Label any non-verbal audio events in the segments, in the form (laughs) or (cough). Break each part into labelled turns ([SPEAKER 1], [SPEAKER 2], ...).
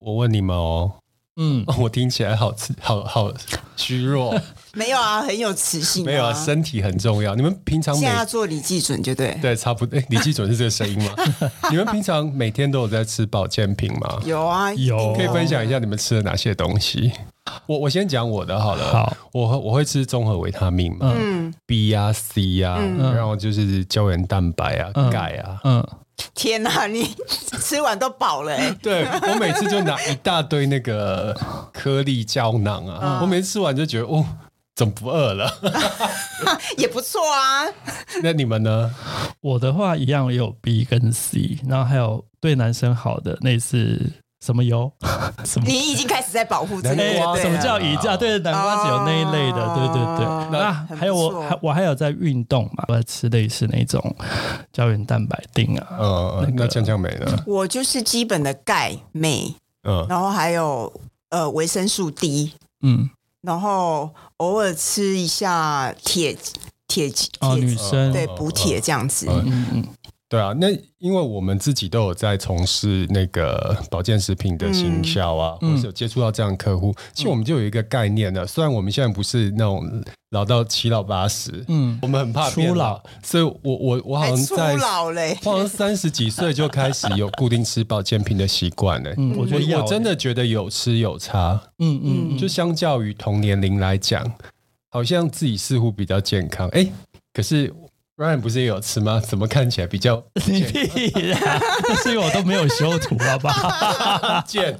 [SPEAKER 1] 我问你们哦， (laughs)
[SPEAKER 2] 嗯，
[SPEAKER 1] 我听起来好刺好好虚
[SPEAKER 3] (laughs)
[SPEAKER 1] 弱，
[SPEAKER 3] 没有啊，很有磁性、
[SPEAKER 1] 没有啊，身体很重要。你们平常
[SPEAKER 3] 现
[SPEAKER 1] 每
[SPEAKER 3] 在要做李记准就对，
[SPEAKER 1] 对差不多，哎，你记准是这个声音
[SPEAKER 3] (laughs)
[SPEAKER 1] 吗？你们平常每天都有在吃保健品吗？
[SPEAKER 3] 有啊，
[SPEAKER 2] 有
[SPEAKER 3] 一定
[SPEAKER 1] 可以
[SPEAKER 3] 有
[SPEAKER 1] 分享一下你们吃了哪些东西？我我先讲我的好了，
[SPEAKER 2] 好，
[SPEAKER 1] 我我会吃综合维他命嘛，嗯，B 呀、C 呀、
[SPEAKER 3] 嗯
[SPEAKER 1] 然后就是胶原蛋白啊、
[SPEAKER 2] 嗯
[SPEAKER 1] 钙啊，
[SPEAKER 2] 嗯，
[SPEAKER 3] 天哪、你 (laughs) 吃完都饱了、
[SPEAKER 1] (laughs)
[SPEAKER 3] 欸，
[SPEAKER 1] 对我每次就拿一大堆那个颗粒胶囊
[SPEAKER 3] 嗯
[SPEAKER 1] 啊，我每次吃完就觉得哦，怎么不饿了？
[SPEAKER 3] 也不错啊。
[SPEAKER 1] (laughs) 那你们
[SPEAKER 2] (laughs)
[SPEAKER 1] 呢？
[SPEAKER 2] 我的话一样也有 B 跟 C，然后还有对男生好的类似什么油， (laughs) 什么。哎
[SPEAKER 3] 你已经开始在保护自己
[SPEAKER 1] 南瓜
[SPEAKER 3] 了，
[SPEAKER 1] 啊
[SPEAKER 3] 对
[SPEAKER 2] 什么叫
[SPEAKER 1] 一
[SPEAKER 2] 移架？对，南瓜子有那一类的，
[SPEAKER 3] 哦
[SPEAKER 2] 对对对。
[SPEAKER 3] 那
[SPEAKER 2] 那
[SPEAKER 3] 很不
[SPEAKER 2] 还有我
[SPEAKER 3] 错
[SPEAKER 2] 还我还有在运动嘛，我在吃类似那种胶原蛋白锭啊，
[SPEAKER 1] 嗯，那酱酱没呢？
[SPEAKER 3] 我就是基本的钙、镁，
[SPEAKER 1] 嗯，
[SPEAKER 3] 然后还有呃维生素 D，
[SPEAKER 2] 嗯，
[SPEAKER 3] 然后偶尔吃一下铁铁铁、
[SPEAKER 2] 哦，女生，
[SPEAKER 3] 对补铁这样子。
[SPEAKER 1] 嗯
[SPEAKER 2] 嗯嗯，
[SPEAKER 1] 对啊，那因为我们自己都有在从事那个 (laughs) 保健食品的行销啊，
[SPEAKER 2] 嗯
[SPEAKER 1] 或者是有接触到这样的客户，其实我们就有一个概念了。虽然我们现在不是那种老到七老八十，
[SPEAKER 2] 嗯
[SPEAKER 1] 我们很怕变
[SPEAKER 2] 初老，
[SPEAKER 1] 所以我我我好
[SPEAKER 3] 还
[SPEAKER 1] 像
[SPEAKER 3] 哎初
[SPEAKER 1] 在。
[SPEAKER 3] 老嘞，
[SPEAKER 1] 我好像三十几岁就开始有固定吃保健品的习惯了。
[SPEAKER 2] 嗯我觉得要
[SPEAKER 1] 我真的觉得有吃有差，
[SPEAKER 2] 嗯嗯嗯，
[SPEAKER 1] 就相较于同年龄来讲，好像自己似乎比较健康。哎、可是 Ryan 不是也有吃吗？怎么看起来比较
[SPEAKER 2] (laughs) 你屁啦！那是因为我都没有修图，好不好？
[SPEAKER 1] 健？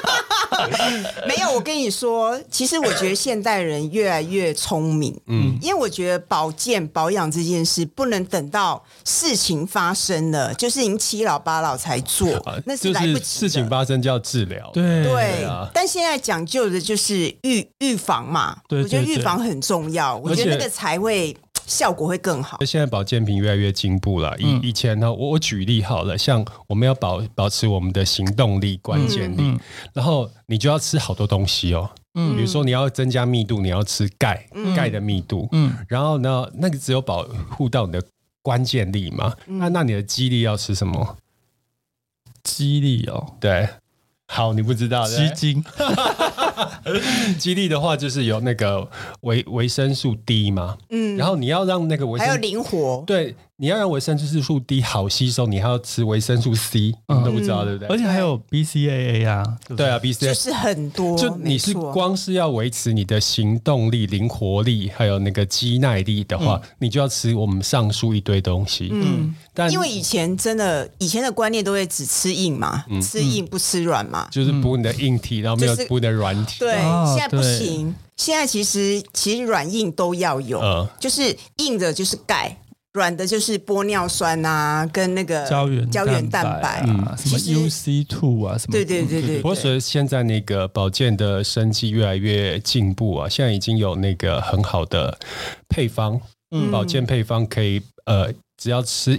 [SPEAKER 3] (laughs) 没有。我跟你说，其实我觉得现代人越来越聪明，
[SPEAKER 1] 嗯
[SPEAKER 3] 因为我觉得保健保养这件事不能等到事情发生了，就是已经七老八老才做，那是
[SPEAKER 1] 啊就
[SPEAKER 3] 来不
[SPEAKER 1] 是
[SPEAKER 3] 及的。
[SPEAKER 1] 事情发生就要治疗。，
[SPEAKER 2] 对
[SPEAKER 3] 对
[SPEAKER 1] 啊，
[SPEAKER 3] 但现在讲究的就是预预防嘛，
[SPEAKER 2] 对对
[SPEAKER 3] 我觉得
[SPEAKER 2] 对
[SPEAKER 3] 预防很重要，我觉
[SPEAKER 1] 而且
[SPEAKER 3] 得那个才会效果会更好。
[SPEAKER 1] 现在保健品越来越进步了。
[SPEAKER 2] 嗯
[SPEAKER 1] 以、以前呢，我我举例好了，像我们要保保持我们的行动力、关键力，
[SPEAKER 2] 嗯
[SPEAKER 1] 然后你就要吃好多东西哦。
[SPEAKER 2] 嗯
[SPEAKER 1] 比如说你要增加密度，你要吃钙，钙的密度。
[SPEAKER 2] 嗯
[SPEAKER 1] 然后呢，那个只有保护到你的关键力嘛。
[SPEAKER 3] 嗯
[SPEAKER 1] 那、那你的肌力要吃什么？
[SPEAKER 2] 激励哦，
[SPEAKER 1] 对，好，你不知道
[SPEAKER 2] 吸
[SPEAKER 1] 的。
[SPEAKER 2] 精，
[SPEAKER 1] 肌力的话，就是有那个维维生素 D 嘛。嗯，然后你要让那个维
[SPEAKER 3] 还有
[SPEAKER 1] 生
[SPEAKER 3] 灵活，
[SPEAKER 1] 对，你要让维生素 D 好吸收，你还要吃维生素 C，、你
[SPEAKER 3] 嗯
[SPEAKER 1] 都不知道，对不
[SPEAKER 2] 而
[SPEAKER 1] 对？
[SPEAKER 2] 且还有 BCAA 啊，对不
[SPEAKER 1] 对
[SPEAKER 2] 对
[SPEAKER 1] 啊，B C
[SPEAKER 3] 就
[SPEAKER 1] A。
[SPEAKER 3] 是很多，
[SPEAKER 1] 就你是
[SPEAKER 3] 没错
[SPEAKER 1] 光是要维持你的行动力、灵活力，还有那个肌耐力的
[SPEAKER 3] 嗯
[SPEAKER 1] 话，你就要吃我们上述一堆东西。嗯，但
[SPEAKER 3] 因为以前真的以前的观念都会只吃硬嘛，
[SPEAKER 1] 嗯
[SPEAKER 3] 吃硬不吃软嘛，
[SPEAKER 1] 就是补你的硬体，然后没有
[SPEAKER 3] 嗯就是
[SPEAKER 1] 补你的软体。
[SPEAKER 3] 对，
[SPEAKER 2] 啊
[SPEAKER 3] 现在不
[SPEAKER 2] 对
[SPEAKER 3] 行。现在其实其实软硬都要有，
[SPEAKER 1] 嗯
[SPEAKER 3] 就是硬的就是钙，软的就是玻尿酸啊，跟那个
[SPEAKER 2] 胶原
[SPEAKER 3] 胶原蛋白。
[SPEAKER 2] 白
[SPEAKER 1] 嗯
[SPEAKER 2] 啊，什
[SPEAKER 3] 其
[SPEAKER 2] 么
[SPEAKER 3] 实
[SPEAKER 2] UC two 啊，什么
[SPEAKER 3] 对对对对
[SPEAKER 1] 不过
[SPEAKER 3] 对，
[SPEAKER 1] 随着现在那个保健的生技越来越进步啊，现在已经有那个很好的配方，
[SPEAKER 3] 嗯
[SPEAKER 1] 保健配方可以呃，只要吃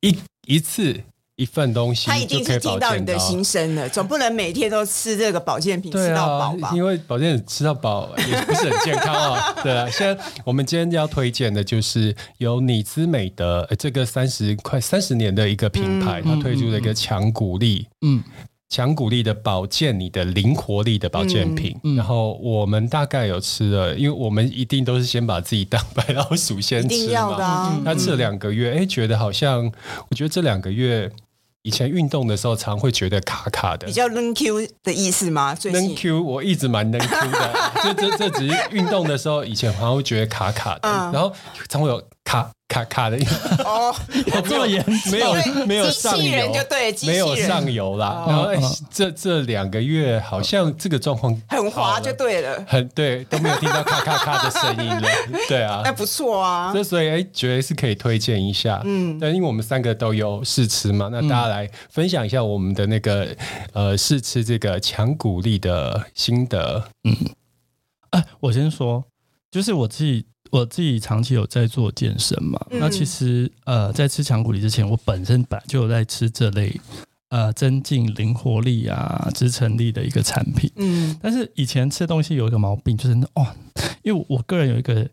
[SPEAKER 1] 一一次一份东西
[SPEAKER 3] 他一
[SPEAKER 1] 就
[SPEAKER 3] 定
[SPEAKER 1] 可以
[SPEAKER 3] 是
[SPEAKER 1] 保
[SPEAKER 3] 听
[SPEAKER 1] 健
[SPEAKER 3] 到你的心声了，总不能每天都吃这个保健品
[SPEAKER 1] 对
[SPEAKER 3] 吃到
[SPEAKER 1] 啊
[SPEAKER 3] 饱吧，？
[SPEAKER 1] 因为保健吃到饱 (laughs) 也不是很健康
[SPEAKER 3] (laughs)
[SPEAKER 1] 啊。对啊，现在我们今天要推荐的就是由你姿美的呃这个三十快三十年的一个品牌，
[SPEAKER 3] 嗯
[SPEAKER 1] 它推出了一个强骨力，
[SPEAKER 2] 嗯
[SPEAKER 1] 强骨力的保健，你的灵活力的保健品。
[SPEAKER 3] 嗯
[SPEAKER 1] 然后我们大概有吃了，因为我们一定都是先把自己当白老鼠先吃
[SPEAKER 3] 一定要的
[SPEAKER 1] 嘛。嗯
[SPEAKER 3] 啊。
[SPEAKER 1] 那吃了两个月，哎，觉得好像，我觉得这两个月以前运动的时候，常会觉得卡卡的
[SPEAKER 3] 比，较能 Q 的意思吗？最
[SPEAKER 1] 能
[SPEAKER 3] 近
[SPEAKER 1] Q，我一直蛮能 Q
[SPEAKER 3] (laughs)
[SPEAKER 1] 的，就这这只是运动的时候，以前好像会觉得卡卡的，
[SPEAKER 3] 嗯
[SPEAKER 1] 然后常会有卡卡卡的，
[SPEAKER 3] 哦，
[SPEAKER 2] 有这么严重？
[SPEAKER 1] 没有
[SPEAKER 3] 因为
[SPEAKER 1] 没有
[SPEAKER 3] 机器
[SPEAKER 1] 上游
[SPEAKER 3] 人就对机器
[SPEAKER 1] 没有
[SPEAKER 3] 人哦
[SPEAKER 1] 上游啦。然后、哎
[SPEAKER 2] 嗯
[SPEAKER 1] 这这两个月好像这个状况
[SPEAKER 3] 很
[SPEAKER 1] 好
[SPEAKER 3] 滑
[SPEAKER 1] 了
[SPEAKER 3] 就对了，
[SPEAKER 1] 很对，都没有听到咔咔咔的声音了，对啊
[SPEAKER 3] 那。不错啊
[SPEAKER 1] 这。所以哎，觉得是可以推荐一下，嗯，但因为我们三个都有试吃嘛，
[SPEAKER 2] 嗯
[SPEAKER 1] 那大家来分享一下我们的那个呃试吃这个强骨力的心得，
[SPEAKER 2] 哎，我先说，就是我自己。我自己长期有在做健
[SPEAKER 3] 嗯
[SPEAKER 2] 身嘛，那其实呃，在吃强骨力之前，我本身本来就有在吃这类呃增进灵活力啊、支撑力的一个产品。
[SPEAKER 3] 嗯
[SPEAKER 2] 但是以前吃东西有一个毛病，就是哦，因为我个人有一个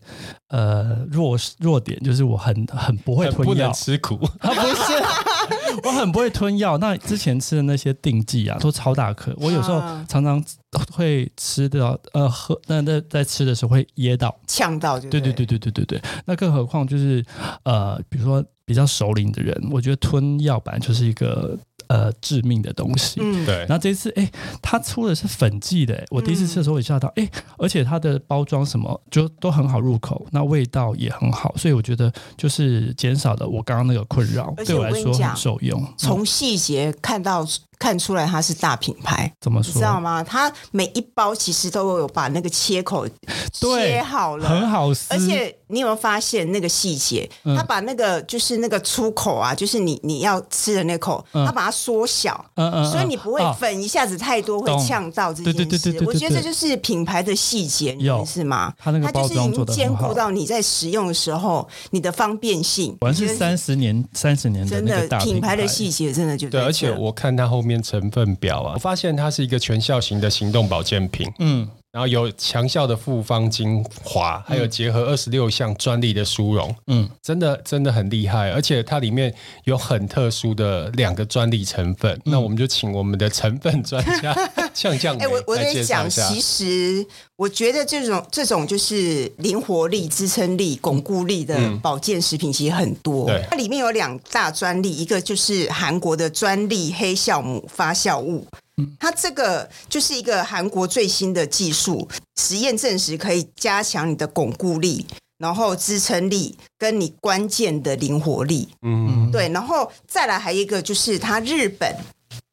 [SPEAKER 2] 呃弱弱点，就是我很很不会
[SPEAKER 1] 很不
[SPEAKER 2] 吞
[SPEAKER 1] 能
[SPEAKER 2] 药，
[SPEAKER 1] 吃
[SPEAKER 2] (laughs)
[SPEAKER 1] 苦，
[SPEAKER 2] 啊不 (laughs) 是，我很不会吞药。那之前吃的那些定剂啊，都超大颗，我有时候
[SPEAKER 3] 啊
[SPEAKER 2] 常常会吃到呃喝，那那在吃的时候会噎到。
[SPEAKER 3] 呛到就
[SPEAKER 2] 对对
[SPEAKER 3] 对
[SPEAKER 2] 对对对对对，那更何况就是呃，比如说比较熟龄的人，我觉得吞药本来就是一个呃致命的东西。
[SPEAKER 3] 嗯
[SPEAKER 1] 对
[SPEAKER 2] 然，后这一次，哎、它出的是粉剂的、诶我第一次吃的时候也吓到，哎、而且它的包装什么就都很好入口，那味道也很好，所以我觉得就是减少了我刚刚那个困扰，
[SPEAKER 3] 而且
[SPEAKER 2] 对我
[SPEAKER 3] 我
[SPEAKER 2] 来
[SPEAKER 3] 跟你
[SPEAKER 2] 说很
[SPEAKER 3] 讲
[SPEAKER 2] 受用。嗯
[SPEAKER 3] 从细节看到看出来它是大品牌，
[SPEAKER 2] 怎么
[SPEAKER 3] 你知道
[SPEAKER 2] 说？
[SPEAKER 3] 吗？它每一包其实都有把那个切口
[SPEAKER 2] 对
[SPEAKER 3] 切好了，
[SPEAKER 2] 很好撕，
[SPEAKER 3] 而且你有没有发现那个细节？
[SPEAKER 2] 嗯
[SPEAKER 3] 他把那个就是那个出口啊，就是你你要吃的那口，
[SPEAKER 2] 嗯
[SPEAKER 3] 他把它缩小，
[SPEAKER 2] 嗯，嗯嗯，
[SPEAKER 3] 所以你不会
[SPEAKER 2] 啊
[SPEAKER 3] 粉一下子太多会
[SPEAKER 2] 懂
[SPEAKER 3] 呛到这
[SPEAKER 2] 对对
[SPEAKER 3] 件
[SPEAKER 2] 对对
[SPEAKER 3] 事
[SPEAKER 2] 对。对
[SPEAKER 3] 我觉得这
[SPEAKER 2] 对
[SPEAKER 3] 就是品牌的细节，你
[SPEAKER 2] 有
[SPEAKER 3] 们是吗？
[SPEAKER 2] 它那个
[SPEAKER 3] 它就
[SPEAKER 2] 包
[SPEAKER 3] 是
[SPEAKER 2] 装
[SPEAKER 3] 已
[SPEAKER 2] 做
[SPEAKER 3] 经
[SPEAKER 2] 的
[SPEAKER 3] 兼
[SPEAKER 2] 很好
[SPEAKER 3] 顾。到你在使用的时候你的方便性。
[SPEAKER 2] 果然
[SPEAKER 3] 我
[SPEAKER 2] 是
[SPEAKER 3] 觉得
[SPEAKER 2] 三十年，三十年的
[SPEAKER 3] 真
[SPEAKER 2] 那
[SPEAKER 3] 的
[SPEAKER 2] 个大
[SPEAKER 3] 品
[SPEAKER 2] 牌
[SPEAKER 3] 牌的细节，真的就
[SPEAKER 1] 对，
[SPEAKER 3] 在
[SPEAKER 1] 而
[SPEAKER 3] 这
[SPEAKER 1] 且我看它后面成分表啊，我发现它是一个全效型的行动保健品，
[SPEAKER 2] 嗯，
[SPEAKER 1] 然后有强效的复方精华，还有结合二十六项专利的殊荣，
[SPEAKER 2] 嗯，
[SPEAKER 1] 真的真的很厉害，而且它里面有很特殊的两个专利成分，那我们就请我们的成分专家 (laughs) 向向
[SPEAKER 3] 哎、
[SPEAKER 1] 梅
[SPEAKER 3] 我我
[SPEAKER 1] 来
[SPEAKER 3] 在
[SPEAKER 1] 介绍
[SPEAKER 3] 讲，
[SPEAKER 1] 一下。
[SPEAKER 3] 其实我觉得这种这种就是灵活力、支撑力、巩固力的
[SPEAKER 1] 嗯
[SPEAKER 3] 保健食品其实很多。
[SPEAKER 1] 对
[SPEAKER 3] 它里面有两大专利，一个就是韩国的专利黑酵母发酵物。
[SPEAKER 1] 嗯
[SPEAKER 3] 它这个就是一个韩国最新的技术，实验证实可以加强你的巩固力，然后支撑力跟你关键的灵活力。
[SPEAKER 1] 嗯，
[SPEAKER 3] 对，然后再来还有一个就是它日本，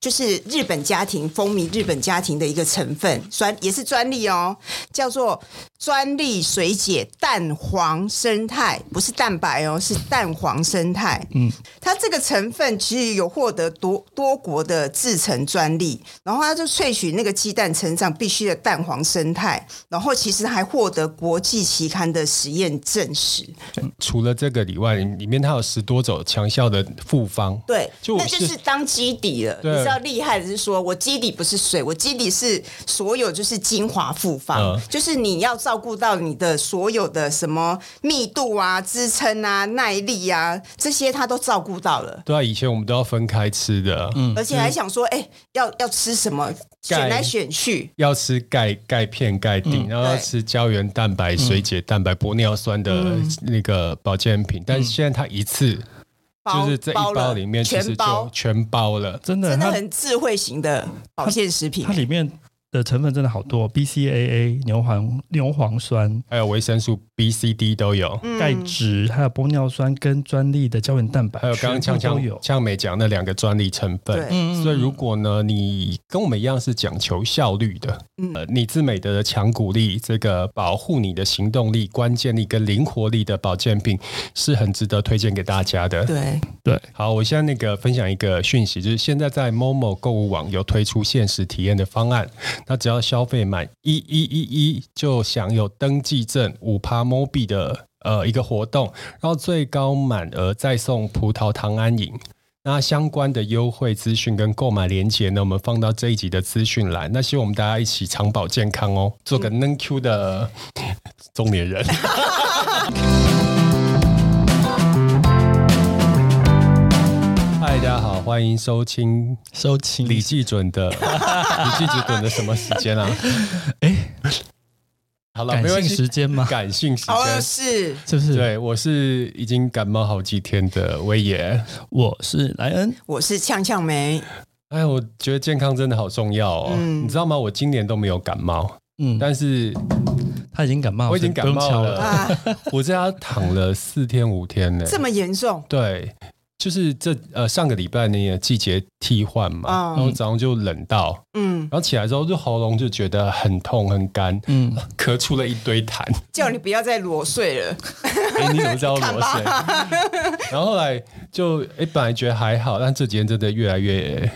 [SPEAKER 3] 就是日本家庭风靡日本家庭的一个成分，专也是专利哦，叫做专利水解蛋黄生态，不是蛋白哦，是蛋黄生态。
[SPEAKER 2] 嗯，
[SPEAKER 3] 它这个成分其实有获得多多国的制成专利，然后它就萃取那个鸡蛋成长必须的蛋黄生态，然后其实还获得国际期刊的实验证实。
[SPEAKER 1] 除了这个以外，里面它有十多种强效的复方，
[SPEAKER 3] 对，
[SPEAKER 1] 就
[SPEAKER 3] 那
[SPEAKER 1] 是
[SPEAKER 3] 就是当基底了。
[SPEAKER 1] 对
[SPEAKER 3] 你知道厉害的是说，我基底不是水，我基底是所有就是精华复方，
[SPEAKER 1] 嗯
[SPEAKER 3] 就是你要照顾到你的所有的什么密度啊、支撑啊、耐力啊这些，它都照顾到了。
[SPEAKER 1] 对啊，以前我们都要分开吃的，
[SPEAKER 3] 而且还想说，哎、要要吃什么，选来选去，
[SPEAKER 1] 要吃钙钙片、钙锭，然后要
[SPEAKER 3] 嗯对
[SPEAKER 1] 吃胶原蛋白、水解蛋白、玻尿酸的
[SPEAKER 3] 嗯
[SPEAKER 1] 那个保健品，但是现在它一次
[SPEAKER 3] 包
[SPEAKER 1] 就是这一
[SPEAKER 3] 包了
[SPEAKER 1] 包里面其实
[SPEAKER 3] 全嗯包
[SPEAKER 1] 就，全包了。
[SPEAKER 2] 真的，
[SPEAKER 3] 真的
[SPEAKER 2] 它
[SPEAKER 3] 很智慧型的保健食品
[SPEAKER 2] 它。里面的成分真的好多，BCAA 牛磺牛磺酸、
[SPEAKER 1] 还有维生素 B、C、D 都有，
[SPEAKER 3] 嗯
[SPEAKER 2] 钙质，还有玻尿酸跟专利的胶原蛋白，
[SPEAKER 1] 还有刚嗯刚
[SPEAKER 2] 全
[SPEAKER 1] 呛
[SPEAKER 2] 部都
[SPEAKER 1] 呛
[SPEAKER 2] 有。嗯
[SPEAKER 1] 呛美讲那两个专利成分
[SPEAKER 3] 对。
[SPEAKER 1] 所以，如果呢，你跟我们一样是讲求效率的，
[SPEAKER 3] 嗯
[SPEAKER 1] 呃，你自美德的强骨力，这个保护你的行动力、关键力跟灵活力的保健品，是很值得推荐给大家的。
[SPEAKER 3] 对，
[SPEAKER 2] 对，
[SPEAKER 1] 好，我现在那个分享一个讯息，就是现在在 Momo 购物网有推出限时体验的方案，那只要消费满一一一一就享有登记证五趴 Mobi 的呃一个活动，然后最高满额再送葡萄糖胺饮。那相关的优惠资讯跟购买链接呢，我们放到这一集的资讯栏。那希望我们大家一起长保健康哦，做个能 Q 的中年人。嗨，大家好，欢迎收听
[SPEAKER 2] 收清
[SPEAKER 1] 李济准 (laughs) 的李济准的什么时间 (laughs) 啊？
[SPEAKER 2] 哎，
[SPEAKER 1] 好了，
[SPEAKER 2] 感
[SPEAKER 1] 没关
[SPEAKER 2] 性
[SPEAKER 1] 系
[SPEAKER 2] 时，间吗？
[SPEAKER 1] 感性时
[SPEAKER 3] 哦，
[SPEAKER 1] 间。
[SPEAKER 3] 是
[SPEAKER 2] 是不是？
[SPEAKER 1] 对，我是已经感冒好几天的威爷。
[SPEAKER 2] 我是莱恩，
[SPEAKER 3] 我是呛呛梅，
[SPEAKER 1] 哎，我觉得健康真的好重要哦，
[SPEAKER 3] 嗯
[SPEAKER 1] 你知道吗？我今年都没有感冒，
[SPEAKER 2] 嗯，
[SPEAKER 1] 但是
[SPEAKER 2] 他已经感冒了，
[SPEAKER 1] 我已经
[SPEAKER 2] 所以
[SPEAKER 1] 感
[SPEAKER 2] 不用
[SPEAKER 1] 冒
[SPEAKER 2] 敲
[SPEAKER 1] 了
[SPEAKER 2] 了。
[SPEAKER 3] 啊，
[SPEAKER 1] 我在家躺了四天五天呢。
[SPEAKER 3] 这么严重
[SPEAKER 1] 对，就是这呃上个礼拜那个季节替换嘛，
[SPEAKER 3] 啊
[SPEAKER 1] 然后早上就冷到，
[SPEAKER 3] 嗯，
[SPEAKER 1] 然后起来之后就喉咙就觉得很痛很干，
[SPEAKER 2] 嗯，
[SPEAKER 1] 咳出了一堆痰。
[SPEAKER 3] 叫你不要再裸睡了。
[SPEAKER 1] 哎、你怎么知
[SPEAKER 3] (laughs)
[SPEAKER 1] 道我裸睡？然后后来就哎、本来觉得还好，但这几天真的越来越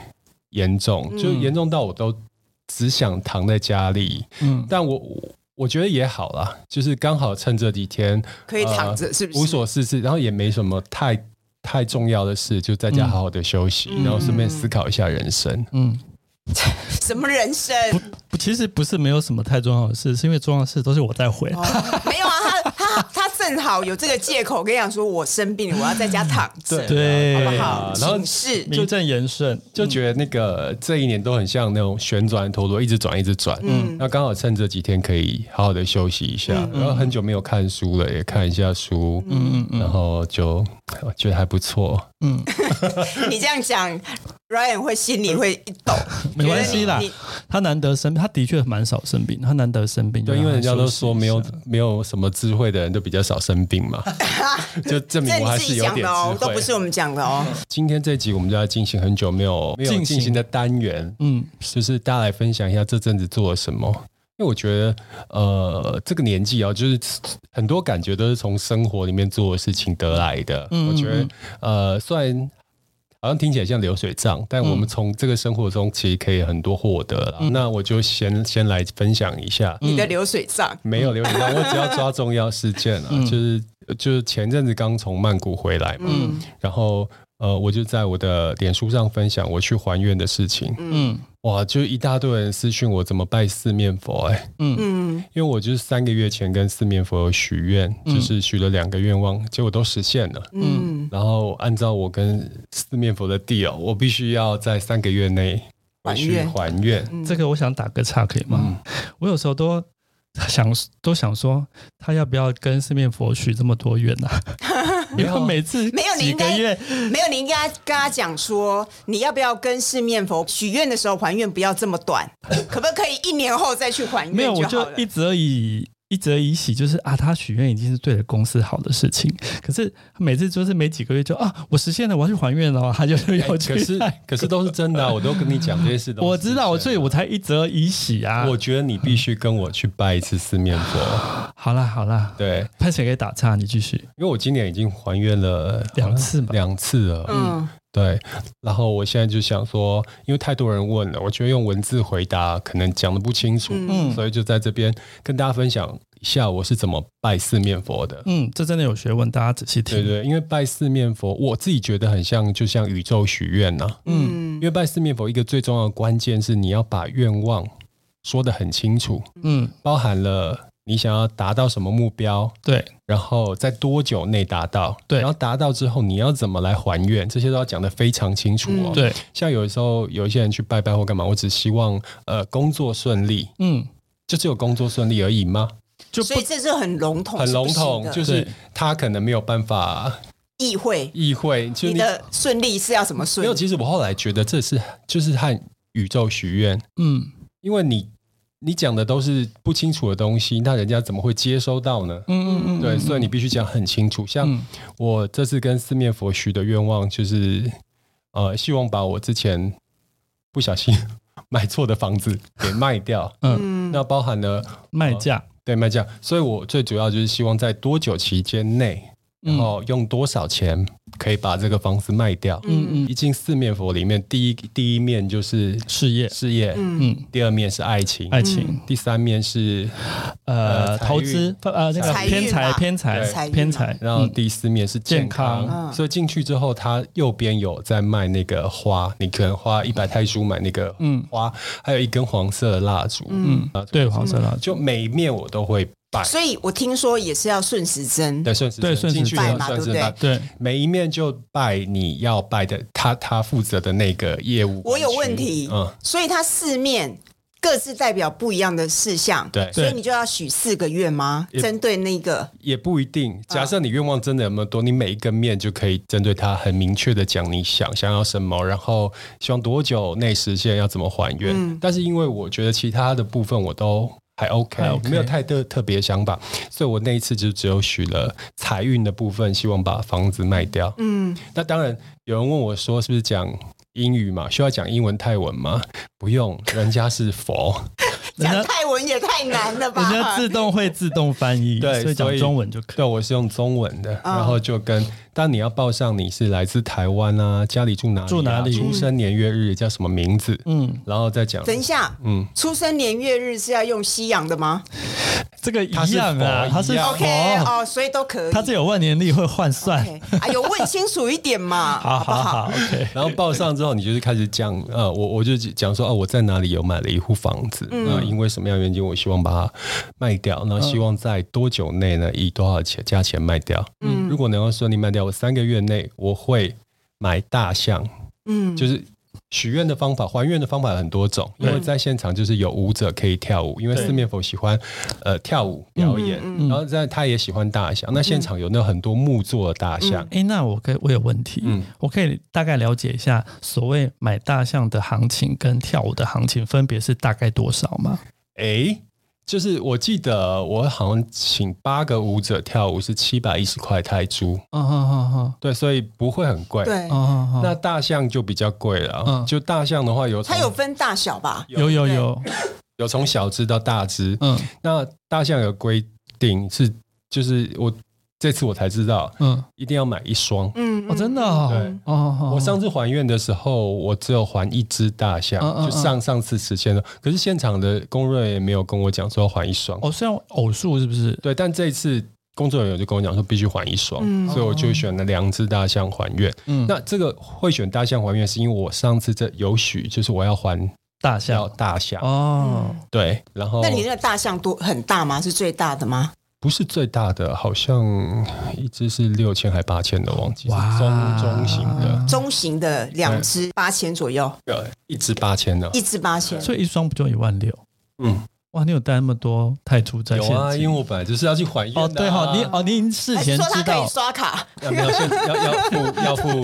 [SPEAKER 1] 严重，
[SPEAKER 3] 嗯
[SPEAKER 1] 就严重到我都只想躺在家里。
[SPEAKER 2] 嗯
[SPEAKER 1] 嗯，但我我觉得也好啦，就是刚好趁这几天呃
[SPEAKER 3] 可以躺着，是不是？
[SPEAKER 1] 无所事事，然后也没什么太太重要的事，就在家
[SPEAKER 3] 嗯
[SPEAKER 1] 好好的休息，然后顺便思考一下人生。
[SPEAKER 2] 嗯，
[SPEAKER 3] 什么人生？
[SPEAKER 2] 不其实不是没有什么太重要的事，是因为重要的事都是我在回。
[SPEAKER 3] 哦没有啊，他他他正好有这个借口跟你讲说，我生病了，我要在家躺着，
[SPEAKER 2] 对
[SPEAKER 3] 好
[SPEAKER 1] 对
[SPEAKER 3] 不
[SPEAKER 1] 啊
[SPEAKER 3] 好？
[SPEAKER 1] 然后
[SPEAKER 3] 请示
[SPEAKER 2] 名正言顺，嗯
[SPEAKER 1] 就觉得那个这一年都很像那种旋转陀螺，一直转一直转。嗯，那刚好趁这几天可以好好的休息一下，然后很久没有看书了，也看一下书，嗯嗯，然后就我觉得还不错。
[SPEAKER 3] 你这样讲，Ryan 会心里会一
[SPEAKER 1] (laughs)
[SPEAKER 3] 抖，
[SPEAKER 2] 没关系啦
[SPEAKER 3] 觉得你。
[SPEAKER 2] 他难得生病，他的确蛮少生病，他难得生病就
[SPEAKER 1] 对，
[SPEAKER 2] 让
[SPEAKER 1] 因
[SPEAKER 2] 他
[SPEAKER 1] 为人
[SPEAKER 2] 休息一下，
[SPEAKER 1] 家都说没有没有什么智慧的人都比较少生病 (laughs) 嘛，就证
[SPEAKER 3] 你
[SPEAKER 1] 明我
[SPEAKER 3] 这你
[SPEAKER 1] 还
[SPEAKER 3] 自
[SPEAKER 1] 是
[SPEAKER 3] 己
[SPEAKER 1] 有
[SPEAKER 3] 讲
[SPEAKER 1] 点
[SPEAKER 3] 的哦，
[SPEAKER 1] 智
[SPEAKER 3] 都
[SPEAKER 1] 慧
[SPEAKER 3] 不。是我们讲的哦。
[SPEAKER 1] 今天这集我们就要进行很久没有没有
[SPEAKER 2] 进行
[SPEAKER 1] 进行的单元，
[SPEAKER 2] 嗯
[SPEAKER 1] 就是大家来分享一下这阵子做了什么。因为我觉得，呃，这个年纪啊，就是很多感觉都是从生活里面做的事情得来的。
[SPEAKER 2] 嗯
[SPEAKER 1] 我觉得
[SPEAKER 2] 嗯，
[SPEAKER 1] 呃，虽然好像听起来像流水账，但我们从这个生活中其实可以很多获得啦。
[SPEAKER 2] 嗯
[SPEAKER 1] 那我就先先来分享一下，
[SPEAKER 3] 你的流水账，
[SPEAKER 1] 没有流水账，我只要抓重要事件啊，就是就是前阵子刚从曼谷回来嘛，
[SPEAKER 2] 嗯嗯
[SPEAKER 1] 然后呃，我就在我的脸书上分享我去还愿的事情，
[SPEAKER 2] 嗯
[SPEAKER 1] 哇，就一大堆人私讯我怎么拜四面佛、欸，哎，
[SPEAKER 3] 嗯，
[SPEAKER 1] 因为我就是三个月前跟四面佛有许愿，
[SPEAKER 2] 嗯
[SPEAKER 1] 就是许了两个愿望，结果都实现了。
[SPEAKER 3] 嗯，
[SPEAKER 1] 然后按照我跟四面佛的 deal，我必须要在三个月内回去
[SPEAKER 3] 还愿
[SPEAKER 1] 还愿。
[SPEAKER 3] 嗯
[SPEAKER 2] 这个我想打个岔，可以吗？我有时候都想都想说，他要不要跟四面佛许这么多愿
[SPEAKER 3] (laughs)
[SPEAKER 2] 啊？因为每次
[SPEAKER 3] 没有你
[SPEAKER 2] 几
[SPEAKER 3] 应
[SPEAKER 2] 个
[SPEAKER 3] 该
[SPEAKER 2] 月，
[SPEAKER 1] 嗯
[SPEAKER 3] 没有，你应该跟他讲说，你要不要跟四面佛许愿的时候还愿不要这么短，可不可以一年后再去还
[SPEAKER 2] 没有，
[SPEAKER 3] 愿
[SPEAKER 2] 我
[SPEAKER 3] 好
[SPEAKER 2] 就
[SPEAKER 3] 了？
[SPEAKER 2] 一则以一则以喜，就是啊，他许愿已经是对了公司好的事情，可是每次就是没几个月就啊，我实现了，我要去还愿了，他就要
[SPEAKER 1] 哎
[SPEAKER 2] 去、
[SPEAKER 1] 可是可是都是真的、啊，我都跟你讲这些事都是
[SPEAKER 2] 我知道，
[SPEAKER 1] 实
[SPEAKER 2] 所
[SPEAKER 1] 现
[SPEAKER 2] 以
[SPEAKER 1] 的
[SPEAKER 2] 我才一则以喜啊。
[SPEAKER 1] 我觉得你必须跟我去拜一次四面佛。
[SPEAKER 2] 好啦好啦，
[SPEAKER 1] 对，
[SPEAKER 2] 潘姐可以打岔，你继续。
[SPEAKER 1] 因为我今年已经还愿了
[SPEAKER 2] 两次吧
[SPEAKER 1] 两次了。
[SPEAKER 3] 嗯，
[SPEAKER 1] 对，然后我现在就想说，因为太多人问了，我觉得用文字回答可能讲的不清楚，
[SPEAKER 2] 嗯
[SPEAKER 1] 所以就在这边跟大家分享一下我是怎么拜四面佛的。
[SPEAKER 2] 嗯，这真的有学问，大家仔细听。
[SPEAKER 1] 对对，因为拜四面佛，我自己觉得很像，就像宇宙许愿呐、
[SPEAKER 3] 嗯
[SPEAKER 1] 因为拜四面佛一个最重要的关键是你要把愿望说得很清楚，
[SPEAKER 2] 嗯，
[SPEAKER 1] 包含了你想要达到什么目标，
[SPEAKER 2] 对，
[SPEAKER 1] 然后在多久内达到？
[SPEAKER 2] 对
[SPEAKER 1] 然后达到之后你要怎么来还愿？这些都要讲得非常清楚哦。
[SPEAKER 3] 嗯
[SPEAKER 2] 对，
[SPEAKER 1] 像有时候有一些人去拜拜或干嘛，我只希望呃工作顺利，
[SPEAKER 2] 嗯，
[SPEAKER 1] 就只有工作顺利而已吗？
[SPEAKER 2] 就
[SPEAKER 3] 所以这是很笼统，
[SPEAKER 1] 很
[SPEAKER 3] 哦是不
[SPEAKER 1] 笼
[SPEAKER 3] 行
[SPEAKER 1] 统，
[SPEAKER 3] 的
[SPEAKER 1] 就是
[SPEAKER 2] 对
[SPEAKER 1] 他可能没有办法
[SPEAKER 3] 意会
[SPEAKER 1] 意会，就
[SPEAKER 3] 你的顺利是要怎么
[SPEAKER 1] 没
[SPEAKER 3] 顺
[SPEAKER 1] 有。
[SPEAKER 3] 利？
[SPEAKER 1] 其实我后来觉得这是就是和宇宙许愿，
[SPEAKER 2] 嗯
[SPEAKER 1] 因为你你讲的都是不清楚的东西，那人家怎么会接收到呢？
[SPEAKER 2] 嗯嗯嗯，
[SPEAKER 1] 对，所以你必须讲很清楚。像
[SPEAKER 2] 嗯
[SPEAKER 1] 我这次跟四面佛许的愿望就是，呃，希望把我之前不小心 (laughs) 买错的房子给卖
[SPEAKER 2] (laughs)
[SPEAKER 1] 掉。
[SPEAKER 3] 嗯
[SPEAKER 1] 那包含了
[SPEAKER 2] 卖价，
[SPEAKER 1] 对卖价，所以我最主要就是希望在多久期间内，
[SPEAKER 2] 嗯
[SPEAKER 1] 然后用多少钱可以把这个房子卖掉。
[SPEAKER 2] 嗯嗯，
[SPEAKER 1] 一进四面佛里面，第一第一面就是
[SPEAKER 2] 事业，
[SPEAKER 1] 事业，
[SPEAKER 2] 嗯，
[SPEAKER 1] 第二面是爱情，
[SPEAKER 2] 爱情，
[SPEAKER 1] 第三面是，
[SPEAKER 2] 呃，
[SPEAKER 1] 财运啊
[SPEAKER 2] 投资，呃，那个
[SPEAKER 3] 财运
[SPEAKER 2] 偏财，
[SPEAKER 3] 吧
[SPEAKER 2] 偏
[SPEAKER 1] 对
[SPEAKER 3] 财
[SPEAKER 2] 财，
[SPEAKER 3] 运
[SPEAKER 2] 偏财，
[SPEAKER 1] 然后
[SPEAKER 2] 嗯
[SPEAKER 1] 第四面是健康。
[SPEAKER 2] 健
[SPEAKER 3] 康嗯
[SPEAKER 1] 所以进去之后，它右边有在卖那个花，你可能花一百泰铢买那个花，还有一根黄色的蜡烛。
[SPEAKER 2] 嗯，对，黄色蜡烛，
[SPEAKER 1] 啊就每一面我都会拜。
[SPEAKER 3] 所以我听说也是要顺时针，
[SPEAKER 1] 对，顺时
[SPEAKER 2] 对
[SPEAKER 1] 针
[SPEAKER 2] 顺时
[SPEAKER 1] 进去
[SPEAKER 3] 拜
[SPEAKER 1] 要
[SPEAKER 3] 嘛
[SPEAKER 1] 顺时
[SPEAKER 3] 对不
[SPEAKER 1] 针，
[SPEAKER 2] 对，
[SPEAKER 1] 每一面就拜你要拜的他他负责的那个业务。
[SPEAKER 3] 我有问题，
[SPEAKER 1] 嗯，
[SPEAKER 3] 所以它四面各自代表不一样的事项，
[SPEAKER 1] 对
[SPEAKER 3] 所以你就要许四个愿吗？
[SPEAKER 1] 也
[SPEAKER 3] 针对那个，
[SPEAKER 1] 也不一
[SPEAKER 2] 嗯
[SPEAKER 1] 定。假设你愿望真的有那么多，你每一个面就可以针对它很明确的讲你想想要什么，然后希望多久内实现，要怎么还愿。
[SPEAKER 2] 嗯
[SPEAKER 1] 但是因为我觉得其他的部分我都。还 OK，,
[SPEAKER 2] 还 OK
[SPEAKER 1] 没有太特特别想法，所以我那一次就只有许了财运的部分，希望把房子卖掉。
[SPEAKER 3] 嗯，
[SPEAKER 1] 那当然，有人问我说，是不是讲英语嘛？需要讲英文、泰文吗？不用，人家是佛，
[SPEAKER 2] 人
[SPEAKER 3] 讲
[SPEAKER 2] 家
[SPEAKER 3] 泰文也太难了吧
[SPEAKER 2] 人？家
[SPEAKER 3] (laughs)
[SPEAKER 2] 自动会自动翻译，
[SPEAKER 1] 对，
[SPEAKER 2] 所以讲中文就可以。
[SPEAKER 1] 对，我是用中文的，然后就跟，但你要报上你是来自台湾啊，家里住哪里、啊，
[SPEAKER 2] 住哪里
[SPEAKER 1] 出生年月日叫什么名字，
[SPEAKER 2] 嗯，
[SPEAKER 1] 然后再讲。
[SPEAKER 3] 等一下，
[SPEAKER 1] 嗯
[SPEAKER 3] 出生年月日是要用西洋的吗？
[SPEAKER 2] 这个一
[SPEAKER 1] 它是
[SPEAKER 2] 样啊，
[SPEAKER 1] 佛
[SPEAKER 2] 它是
[SPEAKER 1] 一样
[SPEAKER 3] OK
[SPEAKER 2] 佛，
[SPEAKER 3] 哦，所以都可以。
[SPEAKER 2] 它这有万年历会换算。
[SPEAKER 3] OK，哎呦，问清楚一点嘛，
[SPEAKER 2] 好
[SPEAKER 3] 不
[SPEAKER 2] 好好，OK，
[SPEAKER 1] 然后报上之后，你就是开始讲，呃，我我就讲说，哦、我在哪里有买了一户房子，那、因为什么样的原因，我希望把它卖掉，那希望在多久内呢，以多少钱价钱卖掉？嗯，如果能够顺利卖掉，我三个月内我会买大象，
[SPEAKER 3] 嗯，
[SPEAKER 1] 就是。许愿的方法，还愿的方法很多种。因为在现场就是有舞者可以跳舞，因为
[SPEAKER 2] 对
[SPEAKER 1] 四面佛喜欢呃跳舞表演，然后在他也喜欢大象。那现场有那很多木做的大象，
[SPEAKER 2] 哎，那我可以我有问题，
[SPEAKER 1] 嗯
[SPEAKER 2] 我可以大概了解一下所谓买大象的行情跟跳舞的行情分别是大概多少吗？
[SPEAKER 1] 诶，就是我记得我好像请八个舞者跳舞是七百一十块泰铢，
[SPEAKER 2] 哦哦哦
[SPEAKER 1] 对，所以不会很贵。，
[SPEAKER 3] 对
[SPEAKER 2] 哦，哦
[SPEAKER 1] 嗯那
[SPEAKER 2] 哦，
[SPEAKER 1] 大象就比较贵了。
[SPEAKER 2] 嗯
[SPEAKER 1] 就大象的话有从，
[SPEAKER 3] 它有分大小吧？
[SPEAKER 2] 有有有，
[SPEAKER 1] 有从小只到大只。
[SPEAKER 2] 嗯
[SPEAKER 1] 那大象有规定是，就是我这次我才知道，
[SPEAKER 2] 嗯，
[SPEAKER 1] 一定要买一双。
[SPEAKER 3] 嗯，
[SPEAKER 2] 哦，真的
[SPEAKER 3] 嗯
[SPEAKER 2] 哦，
[SPEAKER 1] 对
[SPEAKER 2] 哦哦，哦
[SPEAKER 1] 我上次还愿的时候，我只有还一只大象，
[SPEAKER 2] 嗯嗯
[SPEAKER 1] 就上上次实现了。可是现场的工作人员没有跟我讲说要还一双，
[SPEAKER 2] 哦，虽然偶数是不是？
[SPEAKER 1] 对，但这一次工作人员就跟我讲说必须还一双，
[SPEAKER 3] 嗯
[SPEAKER 1] 所以我就选了两只大象还愿。
[SPEAKER 2] 嗯，
[SPEAKER 1] 那这个会选大象还愿，是因为我上次这有许，就是我要还
[SPEAKER 2] 大
[SPEAKER 1] 要
[SPEAKER 2] 象
[SPEAKER 1] 大象，
[SPEAKER 2] 哦，
[SPEAKER 3] 嗯
[SPEAKER 1] 对，然后
[SPEAKER 3] 那你那个大象多很大吗？是最大的吗？
[SPEAKER 1] 不是最大的，好像一只是六千还八千的，忘记是
[SPEAKER 2] 哇
[SPEAKER 1] 中中型的，
[SPEAKER 2] 嗯
[SPEAKER 3] 中型的两只八千左右，
[SPEAKER 1] 呃，一只八千的，
[SPEAKER 3] 一只八千。
[SPEAKER 2] 所以一双不就一万六？
[SPEAKER 1] 嗯，
[SPEAKER 2] 哇，你有带那么多泰铢在
[SPEAKER 1] 有
[SPEAKER 2] 现
[SPEAKER 1] 啊，
[SPEAKER 2] 金？
[SPEAKER 1] 因为我本来就是要去还愿的啊、
[SPEAKER 2] 哦，对哈、你哦，您事
[SPEAKER 3] 还是
[SPEAKER 2] 前
[SPEAKER 3] 哎说它
[SPEAKER 2] 知
[SPEAKER 3] 可
[SPEAKER 2] 道
[SPEAKER 3] 以刷卡？
[SPEAKER 1] 要没有现要要付要付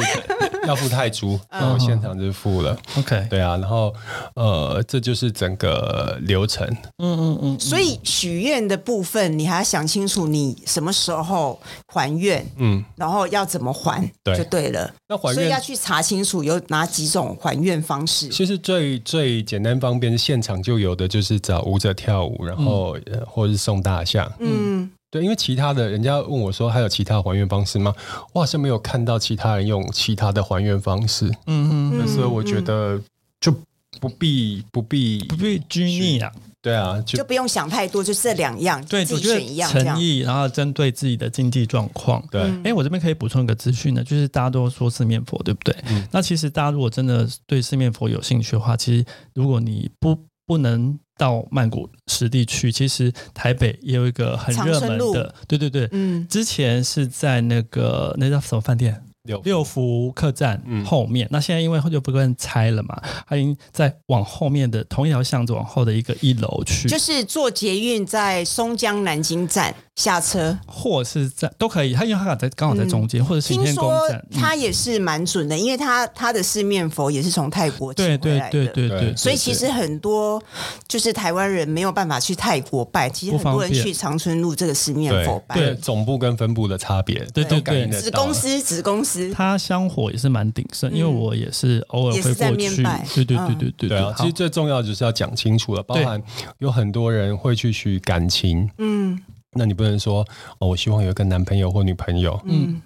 [SPEAKER 1] 要付泰铢，
[SPEAKER 3] 嗯
[SPEAKER 1] 那我现场就付了。
[SPEAKER 2] ，OK，
[SPEAKER 1] 对啊，然后呃，这就是整个流程。
[SPEAKER 2] 嗯嗯嗯，
[SPEAKER 3] 所以许愿的部分，你还要想清楚，你什么时候还愿，
[SPEAKER 1] 嗯，
[SPEAKER 3] 然后要怎么还，
[SPEAKER 1] 对
[SPEAKER 3] 就对了。
[SPEAKER 1] 那还
[SPEAKER 3] 所以要
[SPEAKER 1] 愿
[SPEAKER 3] 去查清楚有哪几种还愿方式。
[SPEAKER 1] 其实最最简单方便，现场就有的就是找舞者跳舞，然后、呃或者是送大象。
[SPEAKER 3] 嗯，
[SPEAKER 1] 对，因为其他的人家问我说还有其他还愿方式吗？我好像没有看到其他人用其他的还愿方式，
[SPEAKER 2] 嗯嗯，
[SPEAKER 1] 所以我觉得就不必不必
[SPEAKER 2] 不必拘泥啊，
[SPEAKER 1] 对啊，就
[SPEAKER 3] 就不用想太多，就这两样，
[SPEAKER 2] 对，
[SPEAKER 3] 自
[SPEAKER 2] 我
[SPEAKER 3] 己
[SPEAKER 2] 觉
[SPEAKER 3] 选一
[SPEAKER 2] 得
[SPEAKER 3] 样嗯这样
[SPEAKER 2] 诚。意，然后针对自己的经济状况。
[SPEAKER 1] 对，
[SPEAKER 2] 哎，我这边可以补充一个资讯呢，就是大家都说四面佛，对不对？
[SPEAKER 1] 嗯
[SPEAKER 2] 那其实大家如果真的对四面佛有兴趣的话，其实如果你不不能到曼谷实地去，其实台北也有一个很热门
[SPEAKER 3] 长春路
[SPEAKER 2] 的，对对对，
[SPEAKER 3] 嗯，
[SPEAKER 2] 之前是在那个那叫什么饭店？
[SPEAKER 1] 六
[SPEAKER 2] 六福客栈
[SPEAKER 1] 嗯
[SPEAKER 2] 后面，那现在因为六福客栈拆了嘛，它已经在往后面的同一条巷子往后的一个一楼去，
[SPEAKER 3] 就是坐捷运在松江南京站下车，
[SPEAKER 2] 或是在都可以，它因为它刚好在刚好在中间，或者行
[SPEAKER 3] 嗯听
[SPEAKER 2] 天宫
[SPEAKER 3] 说
[SPEAKER 2] 站，嗯
[SPEAKER 3] 它也是蛮准的，因为它它的四面佛也是从泰国请
[SPEAKER 2] 对
[SPEAKER 3] 回
[SPEAKER 2] 对
[SPEAKER 3] 来的。
[SPEAKER 2] 对对
[SPEAKER 1] 对
[SPEAKER 2] 对，
[SPEAKER 3] 所以其实很多就是台湾人没有办法去泰国拜，其实
[SPEAKER 2] 不
[SPEAKER 3] 很多
[SPEAKER 2] 方
[SPEAKER 3] 人
[SPEAKER 2] 便
[SPEAKER 3] 去长春路这个十面
[SPEAKER 1] 对
[SPEAKER 3] 佛拜，
[SPEAKER 1] 对总部跟分部的差别，
[SPEAKER 2] 对对
[SPEAKER 1] 都感应
[SPEAKER 2] 对
[SPEAKER 1] 得
[SPEAKER 3] 子
[SPEAKER 1] 到啊
[SPEAKER 3] 公司子公司，
[SPEAKER 2] 它香火也是蛮鼎盛，因为我也是偶尔
[SPEAKER 3] 嗯也是
[SPEAKER 2] 会
[SPEAKER 3] 在
[SPEAKER 2] 过
[SPEAKER 3] 面
[SPEAKER 2] 去
[SPEAKER 3] 拜，
[SPEAKER 2] 对对
[SPEAKER 3] 嗯
[SPEAKER 2] 对对
[SPEAKER 1] 对
[SPEAKER 2] 对对
[SPEAKER 1] 啊，其实最重要就是要讲清楚了，包含有很多人会去许感情，
[SPEAKER 3] 嗯
[SPEAKER 1] 那你不能说哦，我希望有一个男朋友或女朋友，
[SPEAKER 3] 嗯，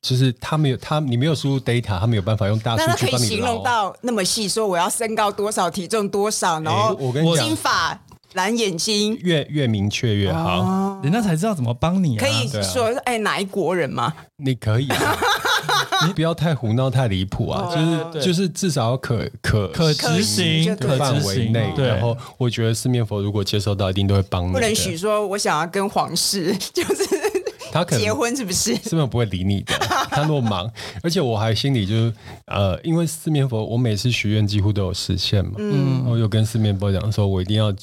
[SPEAKER 1] 就是他没有他，你没有输入 data，他没有办法用大
[SPEAKER 3] 那他
[SPEAKER 1] 数据
[SPEAKER 3] 可以
[SPEAKER 1] 啊帮你
[SPEAKER 3] 形容
[SPEAKER 1] 捞。
[SPEAKER 3] 到那么细，说我要身高多少，体重多少，
[SPEAKER 1] 哎
[SPEAKER 3] 然后
[SPEAKER 1] 我跟你
[SPEAKER 3] 金
[SPEAKER 1] 讲，
[SPEAKER 3] 发蓝眼睛，
[SPEAKER 1] 越越明确越好，
[SPEAKER 3] 哦
[SPEAKER 2] 人家才知道怎么帮你啊，
[SPEAKER 3] 可以
[SPEAKER 1] 对啊
[SPEAKER 3] 说哎哪一国人嘛，
[SPEAKER 1] 你可以、嗯
[SPEAKER 3] (laughs)
[SPEAKER 1] 啊。你不要太胡闹、太离谱啊！
[SPEAKER 2] 哦
[SPEAKER 1] 就是就是，至少要可可
[SPEAKER 2] 可
[SPEAKER 3] 可
[SPEAKER 2] 执
[SPEAKER 3] 行
[SPEAKER 2] 行，
[SPEAKER 3] 就
[SPEAKER 1] 的
[SPEAKER 3] 对
[SPEAKER 2] 可
[SPEAKER 1] 范
[SPEAKER 2] 执
[SPEAKER 1] 围
[SPEAKER 2] 行，
[SPEAKER 1] 内。
[SPEAKER 2] 对，
[SPEAKER 1] 然后，我觉得四面佛如果接收到，一定都会帮你的。
[SPEAKER 3] 不能许说我想要跟皇室 (laughs) 就是
[SPEAKER 1] 他可能
[SPEAKER 3] 结婚，是不是？。
[SPEAKER 1] 四面佛不会理你的，他那么忙，而且我还心里就是呃，因为四面佛，我每次许愿几乎都有实现嘛，嗯，我有跟四面佛讲说，我一定要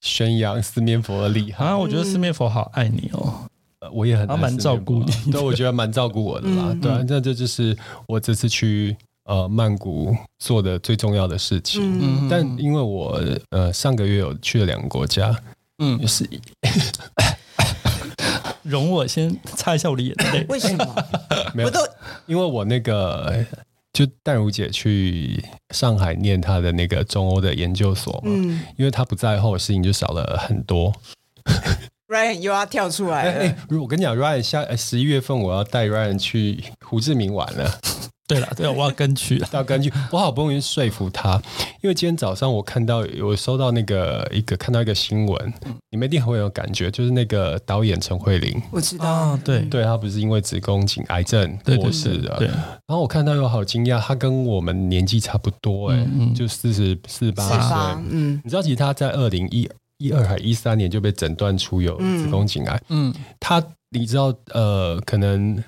[SPEAKER 1] 宣扬四面佛的厉害，
[SPEAKER 2] 啊，我觉得四面佛好爱你哦，
[SPEAKER 1] 呃我也很
[SPEAKER 2] 他蛮
[SPEAKER 1] 爱四面
[SPEAKER 2] 照
[SPEAKER 1] 佛
[SPEAKER 2] 顾
[SPEAKER 1] 啊
[SPEAKER 2] 你的
[SPEAKER 1] 对，我觉得蛮照顾我的啦，对、啊，那这就是我这次去。呃，曼谷做的最重要的事情，
[SPEAKER 2] 嗯
[SPEAKER 1] 但因为我呃上个月有去了两个国家，
[SPEAKER 2] 嗯
[SPEAKER 1] 嗯，是
[SPEAKER 2] 容我先擦一下我的眼泪
[SPEAKER 3] 为什么？
[SPEAKER 1] 没有
[SPEAKER 3] 我都
[SPEAKER 1] 因为我那个就淡如姐去上海念她的那个中欧的研究所嘛，
[SPEAKER 3] 嗯
[SPEAKER 1] 因为她不在后，事情就少了很多。
[SPEAKER 3] ，Ryan 又要跳出来
[SPEAKER 1] 哎、
[SPEAKER 3] 了。
[SPEAKER 1] 呃如果我跟你讲，Ryan 下十一月份我要带 Ryan 去胡志明玩了，
[SPEAKER 2] 对了，对了，我要跟去了。
[SPEAKER 1] 大根
[SPEAKER 3] (laughs)
[SPEAKER 1] 据我好不容易说服他，因为今天早上我看到我收到那个一个看到一个新闻，
[SPEAKER 3] 嗯
[SPEAKER 1] 你们一定很有感觉，就是那个导演陈慧琳，
[SPEAKER 3] 我知
[SPEAKER 2] (laughs)
[SPEAKER 3] 道，
[SPEAKER 2] 啊，对
[SPEAKER 1] 对她不是因为子宫颈癌症
[SPEAKER 2] 对
[SPEAKER 1] 过
[SPEAKER 2] 对
[SPEAKER 1] 世的，
[SPEAKER 2] 对对
[SPEAKER 1] 然后我看到有好惊讶，她跟我们年纪差不多、哎、
[SPEAKER 2] 嗯嗯
[SPEAKER 1] 就四十四八
[SPEAKER 3] 是
[SPEAKER 1] 岁
[SPEAKER 3] 吧，？嗯，
[SPEAKER 1] 你知道，其实她在二零一一二还一三年就被诊断出有
[SPEAKER 3] 嗯
[SPEAKER 1] 子宫颈癌，
[SPEAKER 2] 嗯，
[SPEAKER 1] 他你知道呃，可能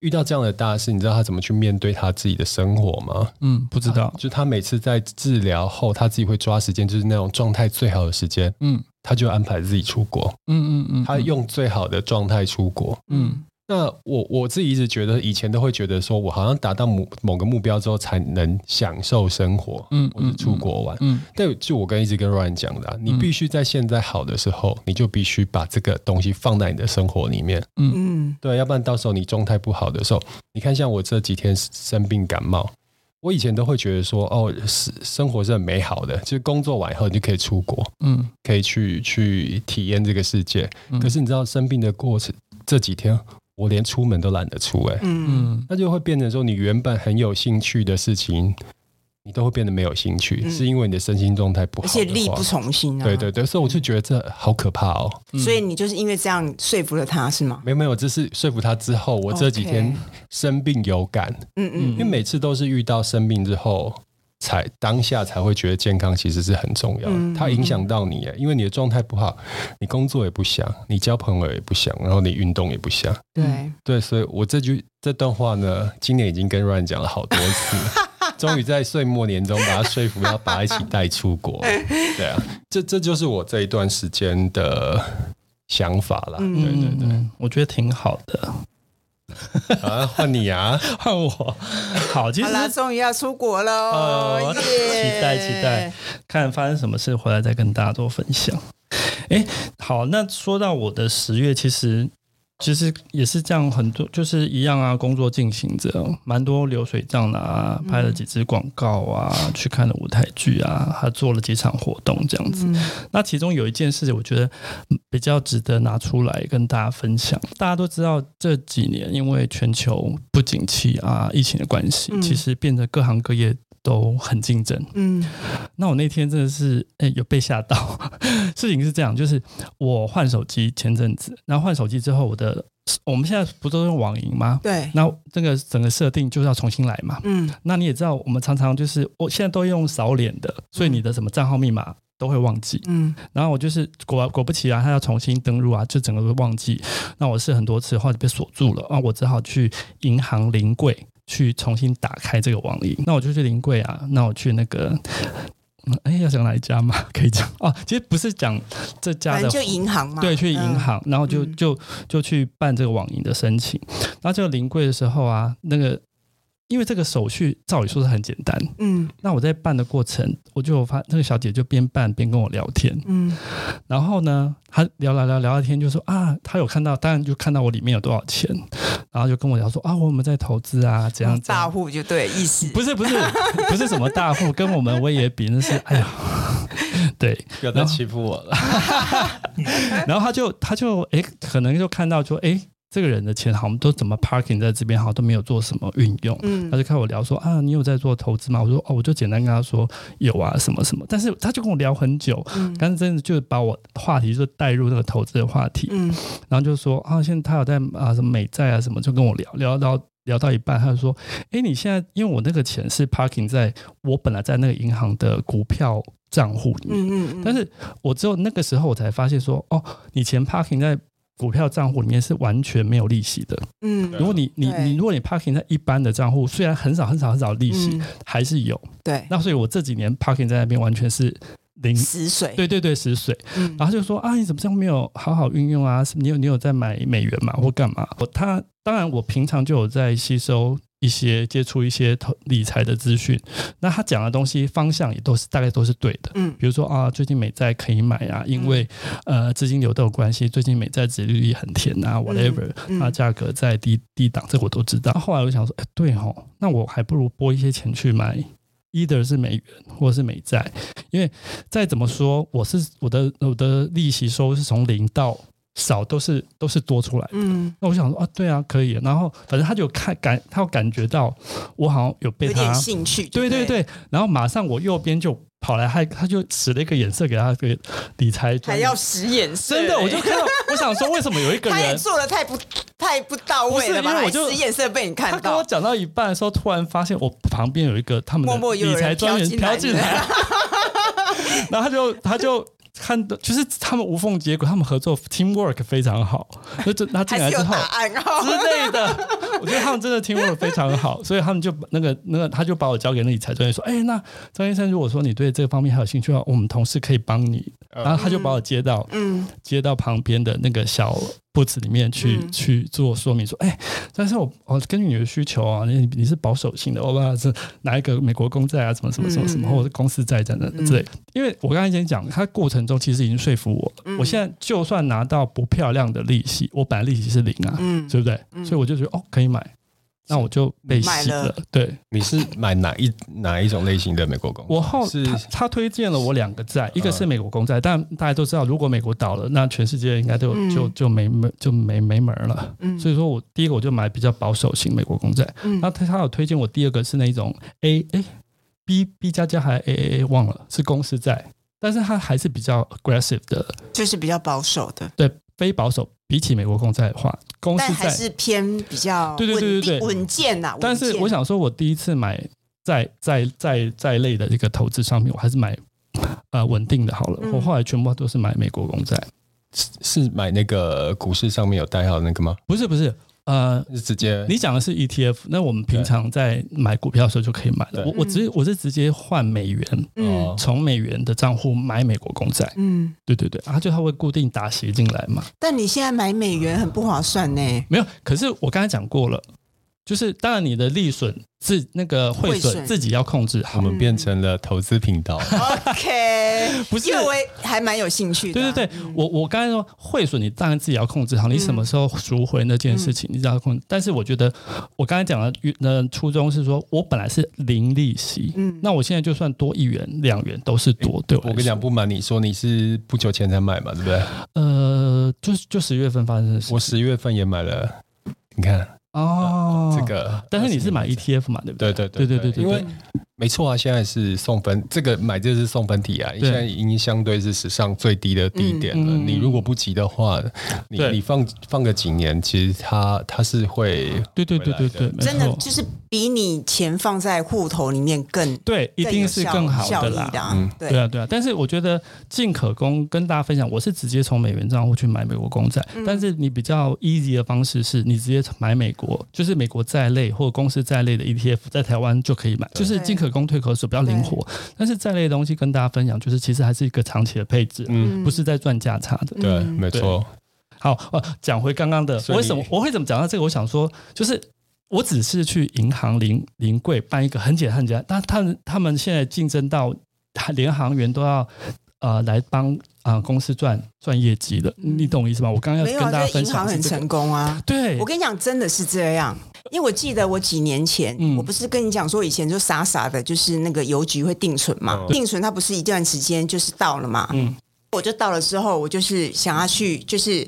[SPEAKER 1] 遇到这样的大事，你知道他怎么去面对他自己的生活吗？
[SPEAKER 2] 嗯，不知道，
[SPEAKER 1] 就他每次在治疗后，他自己会抓时间，就是那种状态最好的时间，
[SPEAKER 2] 嗯
[SPEAKER 1] 他就安排自己出国，
[SPEAKER 2] 嗯嗯嗯，
[SPEAKER 1] 他用最好的状态出国。
[SPEAKER 2] 嗯
[SPEAKER 1] 那我我自己一直觉得，以前都会觉得说，我好像达到某某个目标之后才能享受生活，
[SPEAKER 2] 嗯
[SPEAKER 1] 或是出国玩。
[SPEAKER 2] 嗯
[SPEAKER 1] 但就我跟一直跟 Ryan 讲的啊、你
[SPEAKER 2] 嗯
[SPEAKER 1] 必须在现在好的时候，你就必须把这个东西放在你的生活里面。
[SPEAKER 3] 嗯，
[SPEAKER 1] 对，啊要不然到时候你状态不好的时候，你看像我这几天生病感冒，我以前都会觉得说，哦，是生活是很美好的，就是工作完以后你就可以出国，
[SPEAKER 2] 嗯
[SPEAKER 1] 可以去去体验这个世界。
[SPEAKER 2] 嗯
[SPEAKER 1] 可是你知道生病的过程这几天，我连出门都懒得出、欸，哎、
[SPEAKER 3] 嗯，
[SPEAKER 2] 嗯
[SPEAKER 1] 那就会变成说，你原本很有兴趣的事情，你都会变得没有兴趣，
[SPEAKER 3] 嗯
[SPEAKER 1] 是因为你的身心状态不好
[SPEAKER 3] 而
[SPEAKER 1] 的话，
[SPEAKER 3] 且力不从心啊。
[SPEAKER 1] 对对对，所以我就觉得这好可怕哦。
[SPEAKER 2] 嗯
[SPEAKER 3] 所以你就是因为这样说服了他，是吗？
[SPEAKER 1] 没有没有，这是说服他之后，我这几天
[SPEAKER 3] OK
[SPEAKER 1] 生病有感
[SPEAKER 3] 嗯嗯，
[SPEAKER 1] 因为每次都是遇到生病之后，才当下才会觉得健康其实是很重要的，
[SPEAKER 3] 嗯
[SPEAKER 1] 它影响到你耶，因为你的状态不好，你工作也不想，你交朋友也不想，然后你运动也不想。
[SPEAKER 3] 对，
[SPEAKER 1] 对，所以我这句这段话呢，今年已经跟 Ryan 讲了好多次，终于在岁末年终把他说服，要把他一起带出国。
[SPEAKER 3] (laughs)
[SPEAKER 1] 对啊，这这就是我这一段时间的想法啦。
[SPEAKER 3] 嗯
[SPEAKER 1] 对对对，
[SPEAKER 2] 对，我觉得挺好的。
[SPEAKER 3] 嗯
[SPEAKER 1] 啊，换你啊！
[SPEAKER 2] 换我，好，其实
[SPEAKER 3] 好啦，终于要出国喽
[SPEAKER 2] 呃，
[SPEAKER 3] 耶
[SPEAKER 2] 期待期待，看发生什么事，回来再跟大家多分享。哎，好，那说到我的十月，其实其实也是这样，很多就是一样啊，工作进行着，蛮多流水账的啊，拍了几支广告啊，去看了舞台剧啊，还做了几场活动这样子。
[SPEAKER 3] 嗯
[SPEAKER 2] 那其中有一件事情，我觉得嗯比较值得拿出来跟大家分享。大家都知道，这几年因为全球不景气啊、疫情的关系，
[SPEAKER 3] 嗯
[SPEAKER 2] 其实变得各行各业都很竞争。
[SPEAKER 3] 嗯
[SPEAKER 2] 那我那天真的是，哎、有被吓到。 (laughs) 事情是这样，就是我换手机前阵子，然后换手机之后，我的我们现在不都用网银吗？
[SPEAKER 3] 对，
[SPEAKER 2] 那这个整个设定就是要重新来嘛。
[SPEAKER 3] 嗯
[SPEAKER 2] 那你也知道，我们常常就是我现在都用扫脸的，所以你的什么账号密码都会忘记。
[SPEAKER 3] 嗯
[SPEAKER 2] 然后我就是果果不其然，他要重新登录啊，就整个都忘记。那我是很多次后来被锁住了，啊那我只好去银行临柜去重新打开这个网银。那我就去临柜啊，那我去那个。嗯哎，要讲哪一家吗？可以讲哦。其实不是讲这家
[SPEAKER 3] 反
[SPEAKER 2] 的
[SPEAKER 3] 正就银行嘛，
[SPEAKER 2] 对，去银行，然后就
[SPEAKER 3] 嗯
[SPEAKER 2] 就就去办这个网银的申请。然后这个临柜的时候啊，那个因为这个手续照理说是很简单，
[SPEAKER 3] 嗯，
[SPEAKER 2] 那我在办的过程，我就有发那个小姐就边办边跟我聊天，
[SPEAKER 3] 嗯
[SPEAKER 2] 然后呢，她聊聊聊聊聊天，就说啊，她有看到，当然就看到我里面有多少钱，然后就跟我聊说啊，我们在投资啊，怎样
[SPEAKER 3] 嗯，
[SPEAKER 2] 怎
[SPEAKER 3] 大
[SPEAKER 2] 样。
[SPEAKER 3] 户就对意思，
[SPEAKER 2] 不是不是不是什么大户，跟我们威也比那是哎呀，对，
[SPEAKER 3] (laughs)
[SPEAKER 1] 不要再欺负我了。
[SPEAKER 2] 然后他就他就诶，可能就看到说诶，这个人的钱好像都怎么 parking 在这边，好像都没有做什么运用。
[SPEAKER 3] 嗯
[SPEAKER 2] 他就看我聊说啊，你有在做投资吗？我说哦，我就简单跟他说有啊，什么什么。但是他就跟我聊很久，
[SPEAKER 3] 嗯
[SPEAKER 2] 但是真的就把我话题就带入那个投资的话题，
[SPEAKER 3] 嗯
[SPEAKER 2] 然后就说啊，现在他有在啊什么美债啊什么，就跟我聊聊到聊到一半，他就说，诶，你现在因为我那个钱是 parking 在我本来在那个银行的股票账户里面，
[SPEAKER 3] 嗯嗯，
[SPEAKER 2] 但
[SPEAKER 3] 是
[SPEAKER 2] 是我只有那个时候我才发现说，哦，你钱 parking 在股票账户里面是完全没有利息的。
[SPEAKER 3] 嗯
[SPEAKER 1] 对啊
[SPEAKER 2] 如果你你
[SPEAKER 3] 对
[SPEAKER 2] 你，如果你 parking 在一般的账户，虽然很少很少很少利息，
[SPEAKER 3] 嗯
[SPEAKER 2] 还是有。
[SPEAKER 3] 对
[SPEAKER 2] 那所以我这几年 parking 在那边完全是零。
[SPEAKER 3] 死水，
[SPEAKER 2] 对对对，死水。
[SPEAKER 3] 嗯
[SPEAKER 2] 然后就说啊，你怎么这样没有好好运用啊？是你有你有在买美元嘛，或干嘛？我他当然我平常就有在吸收一些接触一些投理财的资讯，那他讲的东西方向也都是大概都是对的。
[SPEAKER 3] 嗯
[SPEAKER 2] 比如说啊，最近美债可以买啊，因为、呃资金流动有关系，最近美债殖利率很甜啊，whatever，、
[SPEAKER 3] 嗯
[SPEAKER 2] 啊价格在低低档，这我都知道。后来我想说，哎，对哦，那我还不如拨一些钱去买。either 是美元或是美债，因为再怎么说，我是我的我的利息收入是从零到少都是都是多出来的。
[SPEAKER 3] 嗯，
[SPEAKER 2] 那我想说啊，对啊，可以。然后反正他就看感，他有感觉到我好像有被
[SPEAKER 3] 有点
[SPEAKER 2] 他，
[SPEAKER 3] 兴趣，
[SPEAKER 2] 对对
[SPEAKER 3] 对不，
[SPEAKER 2] 对。然后马上我右边就跑来，他他就使了一个眼色给他给理财专
[SPEAKER 3] 还
[SPEAKER 2] 员，
[SPEAKER 3] 要使眼色，
[SPEAKER 2] 真的，我就看到，我想说为什么有一个
[SPEAKER 3] 他也
[SPEAKER 2] 人，
[SPEAKER 3] 做的太不太不到位了
[SPEAKER 2] 不是因
[SPEAKER 3] 吧？
[SPEAKER 2] 为
[SPEAKER 3] 还
[SPEAKER 2] 我就
[SPEAKER 3] 使眼色被你
[SPEAKER 2] 他
[SPEAKER 3] 看
[SPEAKER 2] 跟我
[SPEAKER 3] 到，
[SPEAKER 2] 讲到一半的时候，突然发现我旁边有一个他们
[SPEAKER 3] 默
[SPEAKER 2] 的
[SPEAKER 3] 默又有
[SPEAKER 2] 理财
[SPEAKER 3] 人
[SPEAKER 2] 专员
[SPEAKER 3] 飘
[SPEAKER 2] 飘
[SPEAKER 3] 进
[SPEAKER 2] 进
[SPEAKER 3] 来
[SPEAKER 2] 来， (laughs) 然后他就他就。看到就是他们无缝接轨，他们合作 teamwork 非常好。那就他进
[SPEAKER 3] 还
[SPEAKER 2] 来
[SPEAKER 3] 是
[SPEAKER 2] 之
[SPEAKER 3] 有
[SPEAKER 2] 后
[SPEAKER 3] 答，案
[SPEAKER 2] 之
[SPEAKER 3] 哦。
[SPEAKER 2] 类的。我觉得他们真的 teamwork 非常好，所以他们就把那个那个，他就把我交给那理财专员说：“哎、那张先生，如果说你对这方面还有兴趣的话，我们同事可以帮你。”
[SPEAKER 1] 嗯
[SPEAKER 2] 然后他就把我接到
[SPEAKER 3] 嗯，
[SPEAKER 2] 接到旁边的那个小 booth 里面去、
[SPEAKER 3] 嗯
[SPEAKER 2] 去做说明，说：“哎、但是我我根据你的需求啊，你你是保守型的，我把是拿一个美国公债啊，什么什么什么什么，
[SPEAKER 3] 嗯
[SPEAKER 2] 或者公司债等等之类。因为我刚才已经讲，它过程中其实已经说服我了。
[SPEAKER 3] 嗯
[SPEAKER 2] 我现在就算拿到不漂亮的利息，我本来利息是零啊，
[SPEAKER 3] 嗯
[SPEAKER 2] 对不对？所以我就觉得哦，可以买，那我就被
[SPEAKER 3] 买
[SPEAKER 2] 洗
[SPEAKER 3] 了
[SPEAKER 2] 了。对
[SPEAKER 1] 你是买哪一哪一种类型的美国公司？
[SPEAKER 2] 我后
[SPEAKER 1] 是嗯
[SPEAKER 2] 他他推荐了我两个债，一个是美国公债，但大家都知道，如果美国倒了，那全世界应该都
[SPEAKER 3] 嗯
[SPEAKER 2] 就就没门就没没门儿了。
[SPEAKER 3] 嗯
[SPEAKER 2] 所以说我第一个我就买比较保守型美国公债，
[SPEAKER 3] 嗯
[SPEAKER 2] 然后他他有推荐我第二个是那种 A 哎 B B 加加还 A A A 忘了是公司债，但是它还是比较 aggressive 的，
[SPEAKER 3] 就是比较保守的，
[SPEAKER 2] 对非保守。比起美国公债的话，公司
[SPEAKER 3] 但还
[SPEAKER 2] 债
[SPEAKER 3] 是偏比较
[SPEAKER 2] 对对对对
[SPEAKER 3] 稳定
[SPEAKER 2] 对
[SPEAKER 3] 稳健呐。
[SPEAKER 2] 但是
[SPEAKER 3] 稳健
[SPEAKER 2] 我想说，我第一次买在在在在类的这个投资商品，我还是买呃稳定的好了。
[SPEAKER 3] 嗯
[SPEAKER 2] 我后来全部都是买美国公债，
[SPEAKER 1] 是买那个股市上面有代号的那个吗？
[SPEAKER 2] 不是不是，呃，
[SPEAKER 1] 是直接
[SPEAKER 2] 你讲的是 ETF，那我们平常在买股票的时候就可以买了。
[SPEAKER 1] 对
[SPEAKER 2] 我我直接我是直接换美元，
[SPEAKER 3] 嗯
[SPEAKER 1] 哦
[SPEAKER 2] 从美元的账户买美国公债。
[SPEAKER 3] 嗯，
[SPEAKER 2] 对对对，啊，就它会固定打斜进来嘛。
[SPEAKER 3] 但你现在买美元很不划算呢。
[SPEAKER 2] 没有，可是我刚才讲过了，就是当然你的利损自那个汇
[SPEAKER 3] 汇损
[SPEAKER 2] 损自己要控制好
[SPEAKER 1] 我。们变成了投资频
[SPEAKER 2] (laughs)
[SPEAKER 1] 道。
[SPEAKER 3] (laughs) OK，
[SPEAKER 2] 不是
[SPEAKER 3] 因为我也还蛮有兴趣的
[SPEAKER 2] 对
[SPEAKER 3] 啊。
[SPEAKER 2] 对对，我我刚才说汇损，你当然自己要控制好，你什么时候赎回那件事情，你只要控制。但是我觉得我刚才讲的呃初衷是说，我本来是零利息，
[SPEAKER 3] 嗯
[SPEAKER 2] 那我现在就算多一元、两元都是多。对我
[SPEAKER 1] 我
[SPEAKER 2] 来
[SPEAKER 1] 跟你
[SPEAKER 2] 说
[SPEAKER 1] 讲，，不瞒你说，你是不久前才买嘛，对不对？
[SPEAKER 2] 呃，就是就十月份发生的事
[SPEAKER 1] 我十月份也买了，你看
[SPEAKER 2] 哦
[SPEAKER 1] 这。个，
[SPEAKER 2] 但是你是买
[SPEAKER 1] 一天。
[SPEAKER 2] ETF 嘛，对不
[SPEAKER 1] 对
[SPEAKER 2] 对？
[SPEAKER 1] 对
[SPEAKER 2] 对
[SPEAKER 1] 对
[SPEAKER 2] 对对
[SPEAKER 1] 因为
[SPEAKER 2] 对
[SPEAKER 1] 没错啊，现在是送分，这个买这是送分题啊，现在已经相对是史上最低的低点了。
[SPEAKER 2] 嗯嗯
[SPEAKER 1] 你如果不急的话，你
[SPEAKER 2] 对
[SPEAKER 1] 你放放个几年，其实它它是会
[SPEAKER 2] 对对对对对，没
[SPEAKER 3] 真的
[SPEAKER 2] 错，
[SPEAKER 3] 就是比你钱放在户头里面更
[SPEAKER 2] 对，一定是更好
[SPEAKER 3] 更有效
[SPEAKER 2] 的
[SPEAKER 3] 效
[SPEAKER 2] 啦
[SPEAKER 3] 益。的啊
[SPEAKER 1] 嗯。
[SPEAKER 2] 对
[SPEAKER 3] 对，
[SPEAKER 2] 啊，对啊，但是我觉得进可攻跟大家分享，我是直接从美元账户去买美国公债，但是你比较 easy 的方式是你直接买美国，就是美国债类或公司债类的 ETF，在台湾就可以买，就是进可攻退可守，比较灵活。但是债类的东西跟大家分享，就是其实还是一个长期的配置，
[SPEAKER 1] 嗯，
[SPEAKER 2] 不是在赚价差
[SPEAKER 3] 嗯
[SPEAKER 2] 的。
[SPEAKER 1] 对，没错，
[SPEAKER 2] 好，呃，讲回刚刚的，
[SPEAKER 1] 所以
[SPEAKER 2] 我为什么我会怎么讲到这个？我想说，就是我只是去银行临临柜办一个很简单很简单，但他们他们现在竞争到连行员都要呃来帮啊、公司赚赚业绩了，你懂我意思吗？我刚刚
[SPEAKER 3] 嗯没
[SPEAKER 2] 要
[SPEAKER 3] 有
[SPEAKER 2] 跟大家
[SPEAKER 3] 啊，这
[SPEAKER 2] 分
[SPEAKER 3] 银行
[SPEAKER 2] 享
[SPEAKER 3] 很
[SPEAKER 2] 是这个
[SPEAKER 3] 成功啊。
[SPEAKER 2] 对
[SPEAKER 3] 我，跟你讲，真的是这样，因为我记得我几年前，
[SPEAKER 2] 嗯
[SPEAKER 3] 我不是跟你讲说以前就傻傻的，就是那个邮局会定存嘛，定存它不是一段时间就是到了嘛，
[SPEAKER 2] 哦嗯
[SPEAKER 3] 我就到了之后，我就是想要去，就是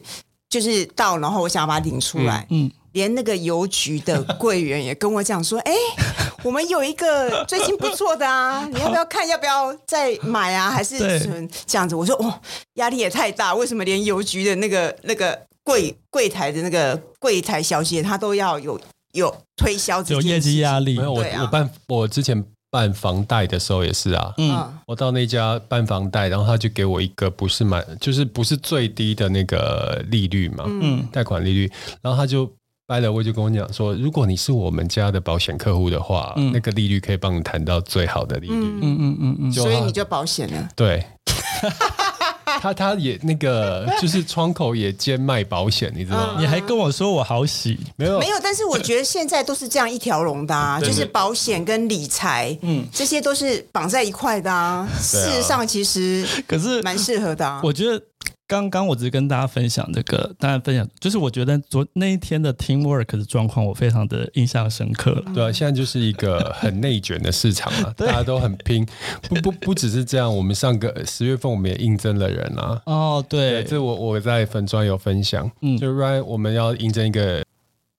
[SPEAKER 3] 就是到，然后我想要把它领出来，
[SPEAKER 2] 嗯，
[SPEAKER 3] 连那个邮局的柜员也跟我讲说，
[SPEAKER 2] (laughs)
[SPEAKER 3] 哎、我们有一个最近不错的啊，你要不要看？要不要再买啊？还是
[SPEAKER 2] 对
[SPEAKER 3] 存这样子？我说哦哇，压力也太大，为什么连邮局的那个那个柜柜台的那个柜台小姐，她都要有有推销这
[SPEAKER 2] 有
[SPEAKER 3] 件
[SPEAKER 2] 业绩
[SPEAKER 3] 事
[SPEAKER 2] 压力
[SPEAKER 1] 没，有我
[SPEAKER 3] 对啊
[SPEAKER 1] 我办我之前办房贷的时候也是啊，
[SPEAKER 3] 情？
[SPEAKER 2] 嗯
[SPEAKER 3] 嗯
[SPEAKER 1] 我到那家办房贷，然后他就给我一个不是满，就是不是最低的那个利率嘛，
[SPEAKER 2] 嗯
[SPEAKER 1] 贷款利率，然后他就。掰了，我就跟我讲说，如果你是我们家的保险客户的话，
[SPEAKER 2] 嗯
[SPEAKER 1] 那个利率可以帮你谈到最好的利率。
[SPEAKER 3] 嗯，
[SPEAKER 2] 嗯嗯嗯嗯，
[SPEAKER 1] 就
[SPEAKER 3] 所以
[SPEAKER 1] 他
[SPEAKER 3] 你就保险了。
[SPEAKER 1] 对， (laughs) 他他也那个就是窗口也兼卖保险，你知道吗？
[SPEAKER 2] 你还跟我说我好喜，
[SPEAKER 1] 没有
[SPEAKER 3] 没有，但是我觉得现在都是这样一条龙的啊，
[SPEAKER 2] 对
[SPEAKER 3] 就是保险跟理财，嗯
[SPEAKER 2] 嗯，
[SPEAKER 3] 这些都是绑在一块的啊。
[SPEAKER 1] 对啊
[SPEAKER 3] 事实上，其实
[SPEAKER 2] 可是
[SPEAKER 3] 蛮适合的啊。
[SPEAKER 2] 我觉得刚刚我只是跟大家分享这个，当然分享就是我觉得昨那一天的 teamwork 的状况，我非常的印象深刻了。
[SPEAKER 1] 对啊，现在就是一个很内卷的市场啊，大家都很拼。不不不只是这样，我们上个十月份我们也应征了人啊。
[SPEAKER 2] 哦，对，
[SPEAKER 1] 对，这我我在粉专有分享，
[SPEAKER 2] 嗯
[SPEAKER 1] 就 Ryan 我们要应征一个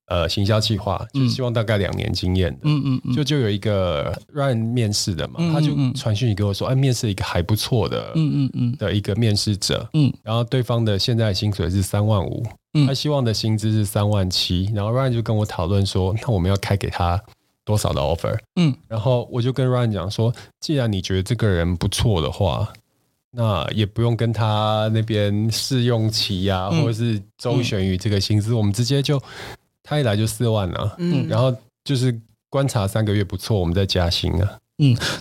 [SPEAKER 1] 呃行销计划，就是希望大概两年经验的。
[SPEAKER 2] 嗯嗯嗯，
[SPEAKER 1] 就就有一个 Ryan 面试的嘛，
[SPEAKER 2] 嗯嗯
[SPEAKER 1] 他就
[SPEAKER 2] 嗯
[SPEAKER 1] 传讯息给我说，哎、面试一个还不错的，
[SPEAKER 2] 嗯嗯嗯
[SPEAKER 1] 的一个面试者，
[SPEAKER 2] 嗯
[SPEAKER 1] 然后对方的现在的薪水是三万五，
[SPEAKER 2] 嗯
[SPEAKER 1] 他希望的薪资是三万七，然后 Ryan 就跟我讨论说，那我们要开给他多少的 offer？
[SPEAKER 2] 嗯，
[SPEAKER 1] 然后我就跟 Ryan 讲说，既然你觉得这个人不错的话，那也不用跟他那边试用期呀、
[SPEAKER 2] 嗯
[SPEAKER 1] 或者是周旋于这个薪资，我们直接就他一来就四万啊，
[SPEAKER 3] 嗯，
[SPEAKER 1] 然后就是观察三个月不错，我们再加薪啊。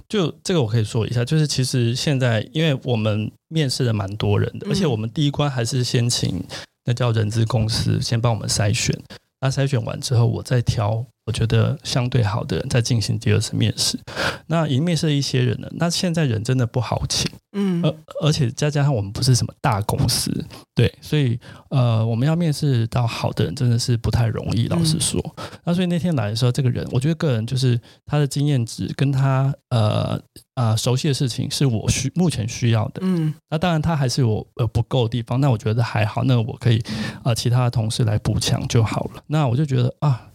[SPEAKER 2] 就这个我可以说一下，就是其实现在因为我们面试的蛮多人的，
[SPEAKER 3] 嗯
[SPEAKER 2] 而且我们第一关还是先请那叫人资公司先帮我们筛选，那筛选完之后，我再挑我觉得相对好的人，再进行第二次面试。那已经面试了一些人了，那现在人真的不好请。
[SPEAKER 3] 嗯
[SPEAKER 2] 而而且再加上我们不是什么大公司，对，所以呃，我们要面试到好的人真的是不太容易，老实说。那所以那天来的时候，这个人，我觉得个人就是他的经验值跟他呃啊、熟悉的事情是我需目前需要的。
[SPEAKER 3] 嗯
[SPEAKER 2] 那当然他还是我呃不够的地方，那我觉得还好，那我可以呃其他的同事来补强就好了。那我就觉得啊，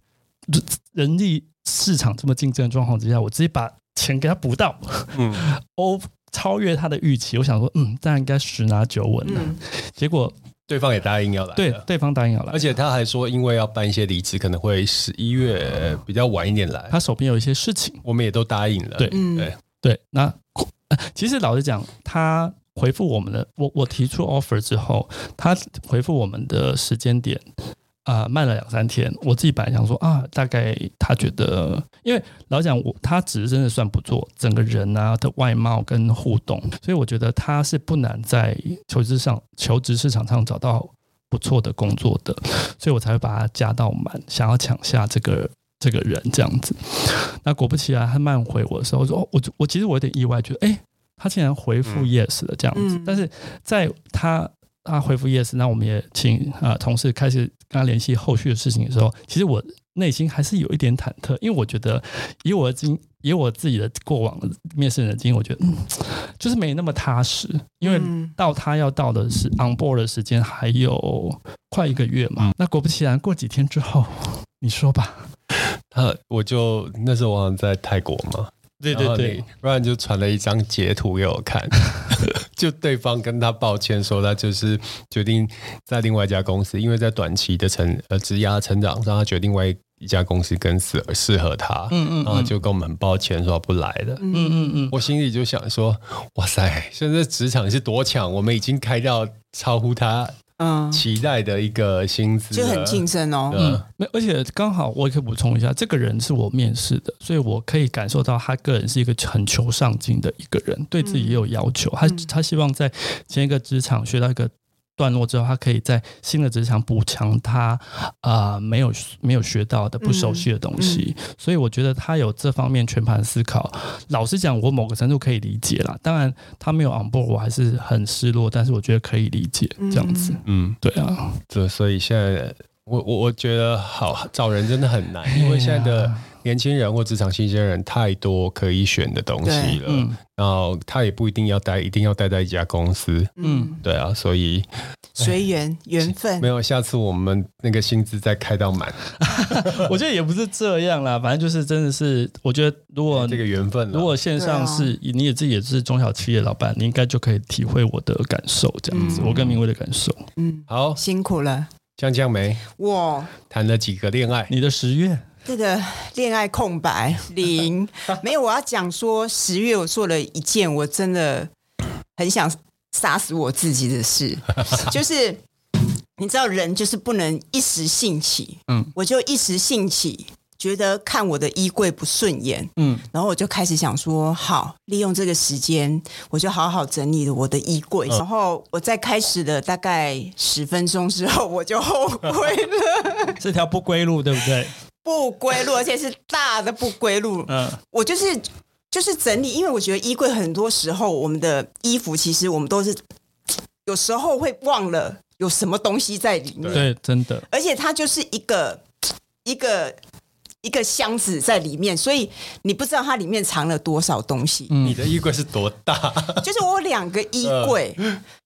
[SPEAKER 2] 这人力市场这么竞争的状况之下，我直接把钱给他补到，
[SPEAKER 1] 嗯，
[SPEAKER 2] 哦，超越他的预期。我想说，嗯，当然应该十拿九稳了、
[SPEAKER 3] 嗯
[SPEAKER 2] 结果
[SPEAKER 1] 对啊方也答应要来了，
[SPEAKER 2] 对对方答应要来，
[SPEAKER 1] 而且他还说，因为要办一些离职，可能会十一
[SPEAKER 2] 哦
[SPEAKER 1] 月比较晚一点来，
[SPEAKER 2] 他手边有一些事情。
[SPEAKER 1] 我们也都答应了。
[SPEAKER 2] 对
[SPEAKER 3] 嗯
[SPEAKER 1] 对，
[SPEAKER 2] 对，那、呃其实老实讲，他回复我们的，我我提出 offer 之后，他回复我们的时间点。啊、慢了两三天，我自己本来想说啊，大概他觉得，因为老实讲我他只是真的算不错，整个人啊的外貌跟互动，所以我觉得他是不难在求职上求职市场上找到不错的工作的，所以我才会把他加到满，想要抢下这个这个人这样子。那果不其然，他慢回我的时候，我说：“哦，我我其实我有点意外，觉得哎、诶他竟然回复
[SPEAKER 1] 嗯
[SPEAKER 2] yes 了这样子。
[SPEAKER 3] 嗯
[SPEAKER 2] 但是在他他回复 yes，那我们也请啊、呃同事开始跟他联系后续的事情的时候，其实我内心还是有一点忐忑，因为我觉得以我的经以我自己的过往的面试人的经验，我觉得嗯，就是没那么踏实，因为
[SPEAKER 3] 嗯
[SPEAKER 2] 到他要到的是 on board 的时间还有快一个月嘛。那果不其然，过几天之后，你说吧。
[SPEAKER 1] 他我就那时候我好像在泰国嘛，
[SPEAKER 2] 对
[SPEAKER 1] 然后你，不然就传了一张截图给我看， (laughs) 就对方跟他抱歉说，他就是决定在另外一家公司，因为在短期的成呃职涯成长上，他决定另外一家公司更适适合他，
[SPEAKER 2] 嗯嗯
[SPEAKER 1] 然后就跟我们很抱歉说不来了。
[SPEAKER 2] 嗯嗯嗯，
[SPEAKER 1] 我心里就想说，哇塞，现在职场是多强，我们已经开到超乎他
[SPEAKER 3] 嗯，
[SPEAKER 1] 期待的一个薪资
[SPEAKER 2] 啊
[SPEAKER 3] 就
[SPEAKER 1] 了，
[SPEAKER 3] 很竞争哦。
[SPEAKER 2] 嗯
[SPEAKER 1] 嗯，
[SPEAKER 2] 没，而且刚好我也可以补充一下，这个人是我面试的，所以我可以感受到他个人是一个很求上进的一个人，对自己也有要求。他
[SPEAKER 3] 嗯
[SPEAKER 2] 他希望在前一个职场学到一个段落之后，他可以在新的职场补强他啊、呃没有没有学到的不熟悉的东西。
[SPEAKER 1] 嗯
[SPEAKER 2] 所以我觉得他有这方面全盘思考。老实讲，我某个程度可以理解啦。当然，他没有 on board，我还是很失落，但是我觉得可以理解这样子。
[SPEAKER 1] 嗯，
[SPEAKER 2] 对啊，
[SPEAKER 1] 对，所以现在我我我觉得好找人真的很难，因为现在
[SPEAKER 3] 哎
[SPEAKER 1] 的年轻人或职场新鲜人太多可以选的东西了，
[SPEAKER 2] 嗯。
[SPEAKER 1] 然后他也不一定要待，一定要待在一家公司，
[SPEAKER 2] 嗯哎
[SPEAKER 3] 嗯，
[SPEAKER 1] 对啊，所以
[SPEAKER 3] 随缘缘分
[SPEAKER 1] 没。有下次我们那个薪资再开到满，
[SPEAKER 2] (laughs) 我觉得也不是这样啦，反正就是真的是，我觉得如果
[SPEAKER 1] 这个缘分了，
[SPEAKER 2] 嗯如果线上是、
[SPEAKER 3] 啊
[SPEAKER 2] 你也自己也是中小企业老板，你应该就可以体会我的感受，这样子，
[SPEAKER 3] 嗯
[SPEAKER 2] 我跟明威的感受。
[SPEAKER 3] 嗯，
[SPEAKER 1] 好，
[SPEAKER 3] 辛苦了，
[SPEAKER 1] 江江梅
[SPEAKER 3] 我
[SPEAKER 1] 谈了几个恋爱，
[SPEAKER 2] 你的十月，
[SPEAKER 3] 这个恋爱空白零没有。我要讲说，十月我做了一件我真的很想杀死我自己的事，就是你知道，人就是不能一时兴起，
[SPEAKER 2] 嗯
[SPEAKER 3] 嗯，我就一时兴起，觉得看我的衣柜不顺眼，
[SPEAKER 2] 嗯
[SPEAKER 3] 然后我就开始想说，好，利用这个时间，我就好好整理了我的衣柜。然后我在开始了大概十分钟之后，我就后悔了，
[SPEAKER 2] (laughs) 这条不归路，对不对？
[SPEAKER 3] 不归路，而且是大的不归路。
[SPEAKER 2] (laughs) 嗯
[SPEAKER 3] 我就是就是整理，因为我觉得衣柜很多时候我们的衣服其实我们都是。有时候会忘了有什么东西在里面。
[SPEAKER 2] 对，真的，
[SPEAKER 3] 而且它就是一个一个一个箱子在里面，所以你不知道它里面藏了多少东西。
[SPEAKER 2] 嗯
[SPEAKER 1] 你的衣柜是多大？
[SPEAKER 3] 就是我有两个衣柜，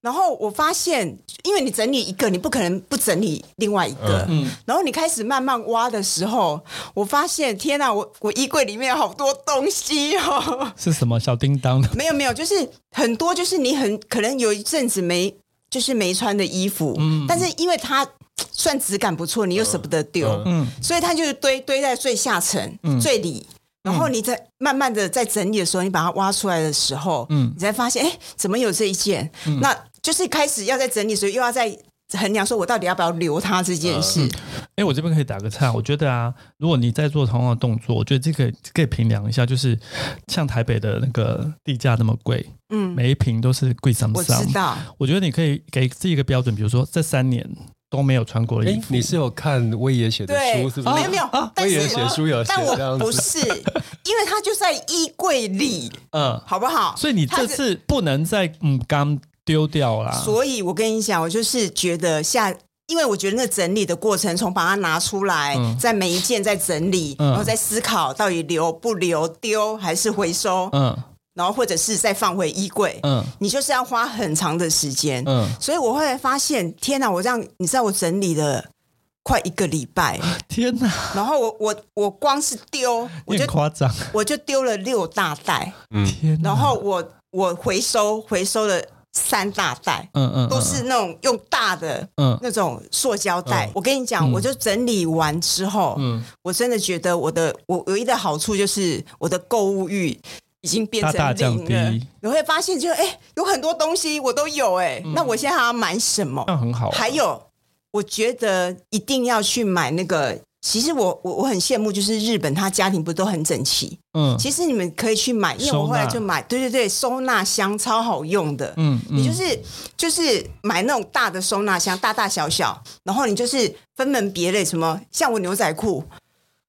[SPEAKER 3] 然后我发现，因为你整理一个，你不可能不整理另外一个。然后你开始慢慢挖的时候，我发现，天哪，我我衣柜里面有好多东西哦。 (laughs)
[SPEAKER 2] 是什么小叮当的？
[SPEAKER 3] 没有没有，就是很多，就是你很可能有一阵子没，就是没穿的衣服，但是因为它算质感不错，你又舍不得丢，
[SPEAKER 2] (laughs) 嗯
[SPEAKER 3] 所以它就是堆堆在最下层、
[SPEAKER 1] 嗯
[SPEAKER 3] 最里。然后你在慢慢的在整理的时候，你把它挖出来的时候，
[SPEAKER 2] 嗯
[SPEAKER 3] 你才发现，哎，怎么有这一件？
[SPEAKER 1] 嗯
[SPEAKER 3] 那就是开始要在整理的时候，又要在衡量说我到底要不要留它这件
[SPEAKER 1] 嗯
[SPEAKER 3] 事。
[SPEAKER 2] 哎、我这边可以打个岔，我觉得啊，如果你在做同样的动作，我觉得这个可以评量一下，就是像台北的那个地价那么贵，
[SPEAKER 3] 嗯，
[SPEAKER 2] 每一瓶都是贵三
[SPEAKER 3] 我知
[SPEAKER 2] 三。
[SPEAKER 3] 道，
[SPEAKER 2] 我觉得你可以给自己一个标准，比如说这三年都没有穿过的
[SPEAKER 1] 哎
[SPEAKER 2] 衣，服，
[SPEAKER 1] 你是有看威爷写的
[SPEAKER 3] 对，
[SPEAKER 1] 书是啊不
[SPEAKER 3] 没
[SPEAKER 1] 是
[SPEAKER 3] 有？没有，但
[SPEAKER 1] 威
[SPEAKER 3] 是
[SPEAKER 1] 爷写书有写
[SPEAKER 3] 但
[SPEAKER 1] 这
[SPEAKER 3] 我
[SPEAKER 1] 样
[SPEAKER 3] 不
[SPEAKER 1] 子，
[SPEAKER 3] 是，因为它就在衣柜里，
[SPEAKER 2] 嗯，
[SPEAKER 3] 好不好？
[SPEAKER 2] 所以你
[SPEAKER 3] 它
[SPEAKER 2] 这
[SPEAKER 3] 是
[SPEAKER 2] 次不能再嗯刚丢掉啦。
[SPEAKER 3] 所以我跟你讲，我就是觉得下，因为我觉得那整理的过程，从把它拿出来，
[SPEAKER 2] 嗯
[SPEAKER 3] 在每一件再整理，
[SPEAKER 2] 嗯
[SPEAKER 3] 然后再思考到底留不留、丢还是回收，
[SPEAKER 2] 嗯
[SPEAKER 3] 然后或者是再放回衣柜，
[SPEAKER 2] 嗯
[SPEAKER 3] 你就是要花很长的时间。
[SPEAKER 2] 嗯，
[SPEAKER 3] 所以我后来发现，天哪！我这样，你知道我整理了快一个礼
[SPEAKER 2] (laughs)
[SPEAKER 3] 拜，
[SPEAKER 2] 天哪，
[SPEAKER 3] 然后我我我光是丢，我
[SPEAKER 2] 你嗯
[SPEAKER 3] 就
[SPEAKER 2] 很夸张，
[SPEAKER 3] 我就丢了六大袋，
[SPEAKER 2] 天哪，
[SPEAKER 3] 然后我我回收回收了三大袋，
[SPEAKER 2] 嗯嗯，嗯
[SPEAKER 3] 都是那种用大的
[SPEAKER 2] 嗯
[SPEAKER 3] 那种塑胶袋。我跟你讲，
[SPEAKER 2] 嗯
[SPEAKER 3] 我就整理完之后，
[SPEAKER 2] 嗯
[SPEAKER 3] 我真的觉得我的我唯一的好处就是我的购物欲。已经变成零了，
[SPEAKER 2] 大大降低
[SPEAKER 3] 你会发现就，哎，有很多东西我都有哎、
[SPEAKER 2] 嗯
[SPEAKER 3] 那我现在还要买什么？
[SPEAKER 2] 那很好啊，
[SPEAKER 3] 还有，我觉得一定要去买那个。其实我我我很羡慕，就是日本他家庭不都很整齐？
[SPEAKER 2] 嗯
[SPEAKER 3] 其实你们可以去买，因为我后来就买，对对对，收纳箱超好用的。
[SPEAKER 2] 嗯嗯
[SPEAKER 3] 你就是就是买那种大的收纳箱，大大小小，然后你就是分门别类，什么像我牛仔裤，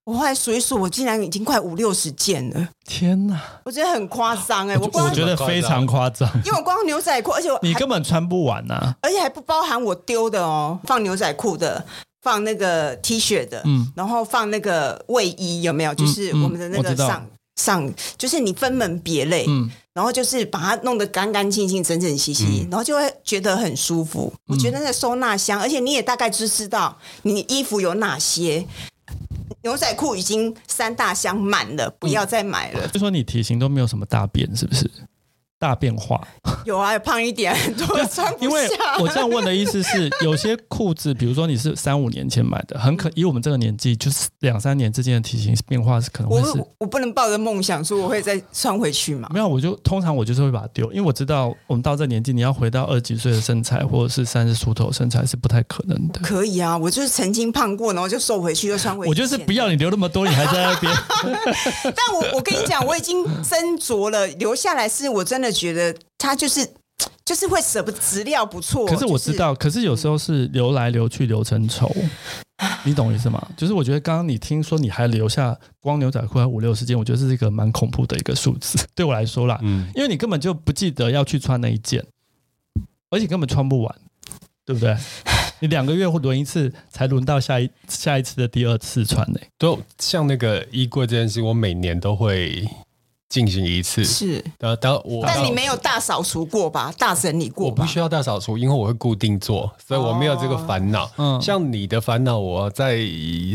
[SPEAKER 3] 我后来数一数，我竟然已经快五六十件了，
[SPEAKER 2] 天哪，
[SPEAKER 3] 我觉得很夸张哎、我
[SPEAKER 2] 我
[SPEAKER 3] 光
[SPEAKER 2] 觉得非常夸张，
[SPEAKER 3] 因为我光牛仔裤，而且我
[SPEAKER 2] 你
[SPEAKER 3] 还
[SPEAKER 2] 根本穿不完啊呐。
[SPEAKER 3] 而且还不包含我丢的哦，放牛仔裤的，放那个 T 恤的，
[SPEAKER 2] 嗯
[SPEAKER 3] 然后放那个卫衣，有没有？就是我们的
[SPEAKER 2] 嗯
[SPEAKER 3] 那
[SPEAKER 2] 我
[SPEAKER 3] 个
[SPEAKER 2] 知道
[SPEAKER 3] 上、上，就是你分门别类，
[SPEAKER 2] 嗯
[SPEAKER 3] 然后就是把它弄得干干净净、整整齐齐，然后就会觉得很舒服。我觉得
[SPEAKER 2] 嗯
[SPEAKER 3] 那个收纳箱，而且你也大概知知道你衣服有哪些。牛仔裤已经三大箱满了，
[SPEAKER 2] 嗯
[SPEAKER 3] 不要再买了。
[SPEAKER 2] 就说你体型都没有什么大变，是不是？大变化，
[SPEAKER 3] 有啊，有胖一点，多穿
[SPEAKER 2] 因
[SPEAKER 3] 不
[SPEAKER 2] 为
[SPEAKER 3] 下。
[SPEAKER 2] 我这样问的意思是，有些裤子，比如说你是三五年前买的，很
[SPEAKER 3] 嗯
[SPEAKER 2] 可以我们这个年纪，就是两三年之间的体型变化是可能会是
[SPEAKER 3] 我我不能抱着梦想说我会再穿回去嘛？
[SPEAKER 2] 没有，我就通常我就是会把它丢，因为我知道我们到这年纪，你要回到二十几岁的身材，或者是三十出头的身材是不太可能的。
[SPEAKER 3] 可以啊，我就是曾经胖过，然后就瘦回去，又穿回去。
[SPEAKER 2] 我就是不要你留那么多，你还在那
[SPEAKER 3] (laughs)
[SPEAKER 2] 边。
[SPEAKER 3] 但我我跟你
[SPEAKER 1] (laughs)
[SPEAKER 3] 讲，我已经斟酌了，留下来是我真的觉得它就是就是会舍不质料不错。
[SPEAKER 2] 可是我
[SPEAKER 3] 就
[SPEAKER 2] 知道，可是有时候是留来留去留成仇，你懂我意思吗？就是我觉得刚刚你听说你还留下光牛仔裤还五六十件，我觉得是一个蛮恐怖的一个数字，对我来说啦，
[SPEAKER 1] 嗯，
[SPEAKER 2] 因为你根本就不记得要去穿那一件，而且根本穿不完，对 (laughs) 不对？你两个月或轮一次，才轮到下一下一次的第二次穿呢、
[SPEAKER 1] 都像那个衣柜这件事，我每年都会进行一次。
[SPEAKER 3] 是，
[SPEAKER 1] 呃，当我
[SPEAKER 3] 但你没有大扫除过吧？大整理过
[SPEAKER 1] 我不
[SPEAKER 3] 吧？
[SPEAKER 1] 需要大扫除，因为我会固定做，所以我没有这个烦恼。
[SPEAKER 2] 嗯
[SPEAKER 1] 像你的烦恼，我在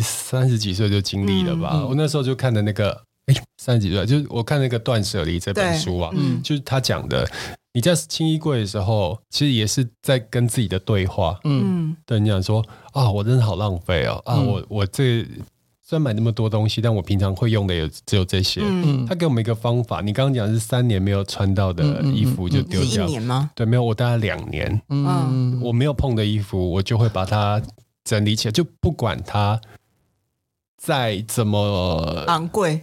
[SPEAKER 1] 三十几岁就经历了吧。
[SPEAKER 2] 嗯嗯
[SPEAKER 1] 我那时候就看的那个，哎，三十几岁就是我看那个《断舍离》这本
[SPEAKER 3] 对
[SPEAKER 1] 书啊，
[SPEAKER 3] 嗯
[SPEAKER 1] 就是他讲的，你在清衣柜的时候，其实也是在跟自己的对话。
[SPEAKER 2] 嗯
[SPEAKER 3] 嗯，
[SPEAKER 1] 对你讲说啊，我真的好浪费哦！啊，
[SPEAKER 2] 嗯
[SPEAKER 1] 我我这虽然买那么多东西，但我平常会用的也只有这些。
[SPEAKER 2] 嗯
[SPEAKER 1] 他给我们一个方法，你刚刚讲是三年没有穿到的衣服就丢
[SPEAKER 3] 是一
[SPEAKER 1] 掉，
[SPEAKER 3] 年吗？
[SPEAKER 1] 对，没有，我大概两年，
[SPEAKER 2] 嗯，
[SPEAKER 1] 我没有碰的衣服，我就会把它整理起来，就不管它再怎么，
[SPEAKER 2] 嗯
[SPEAKER 3] 昂贵，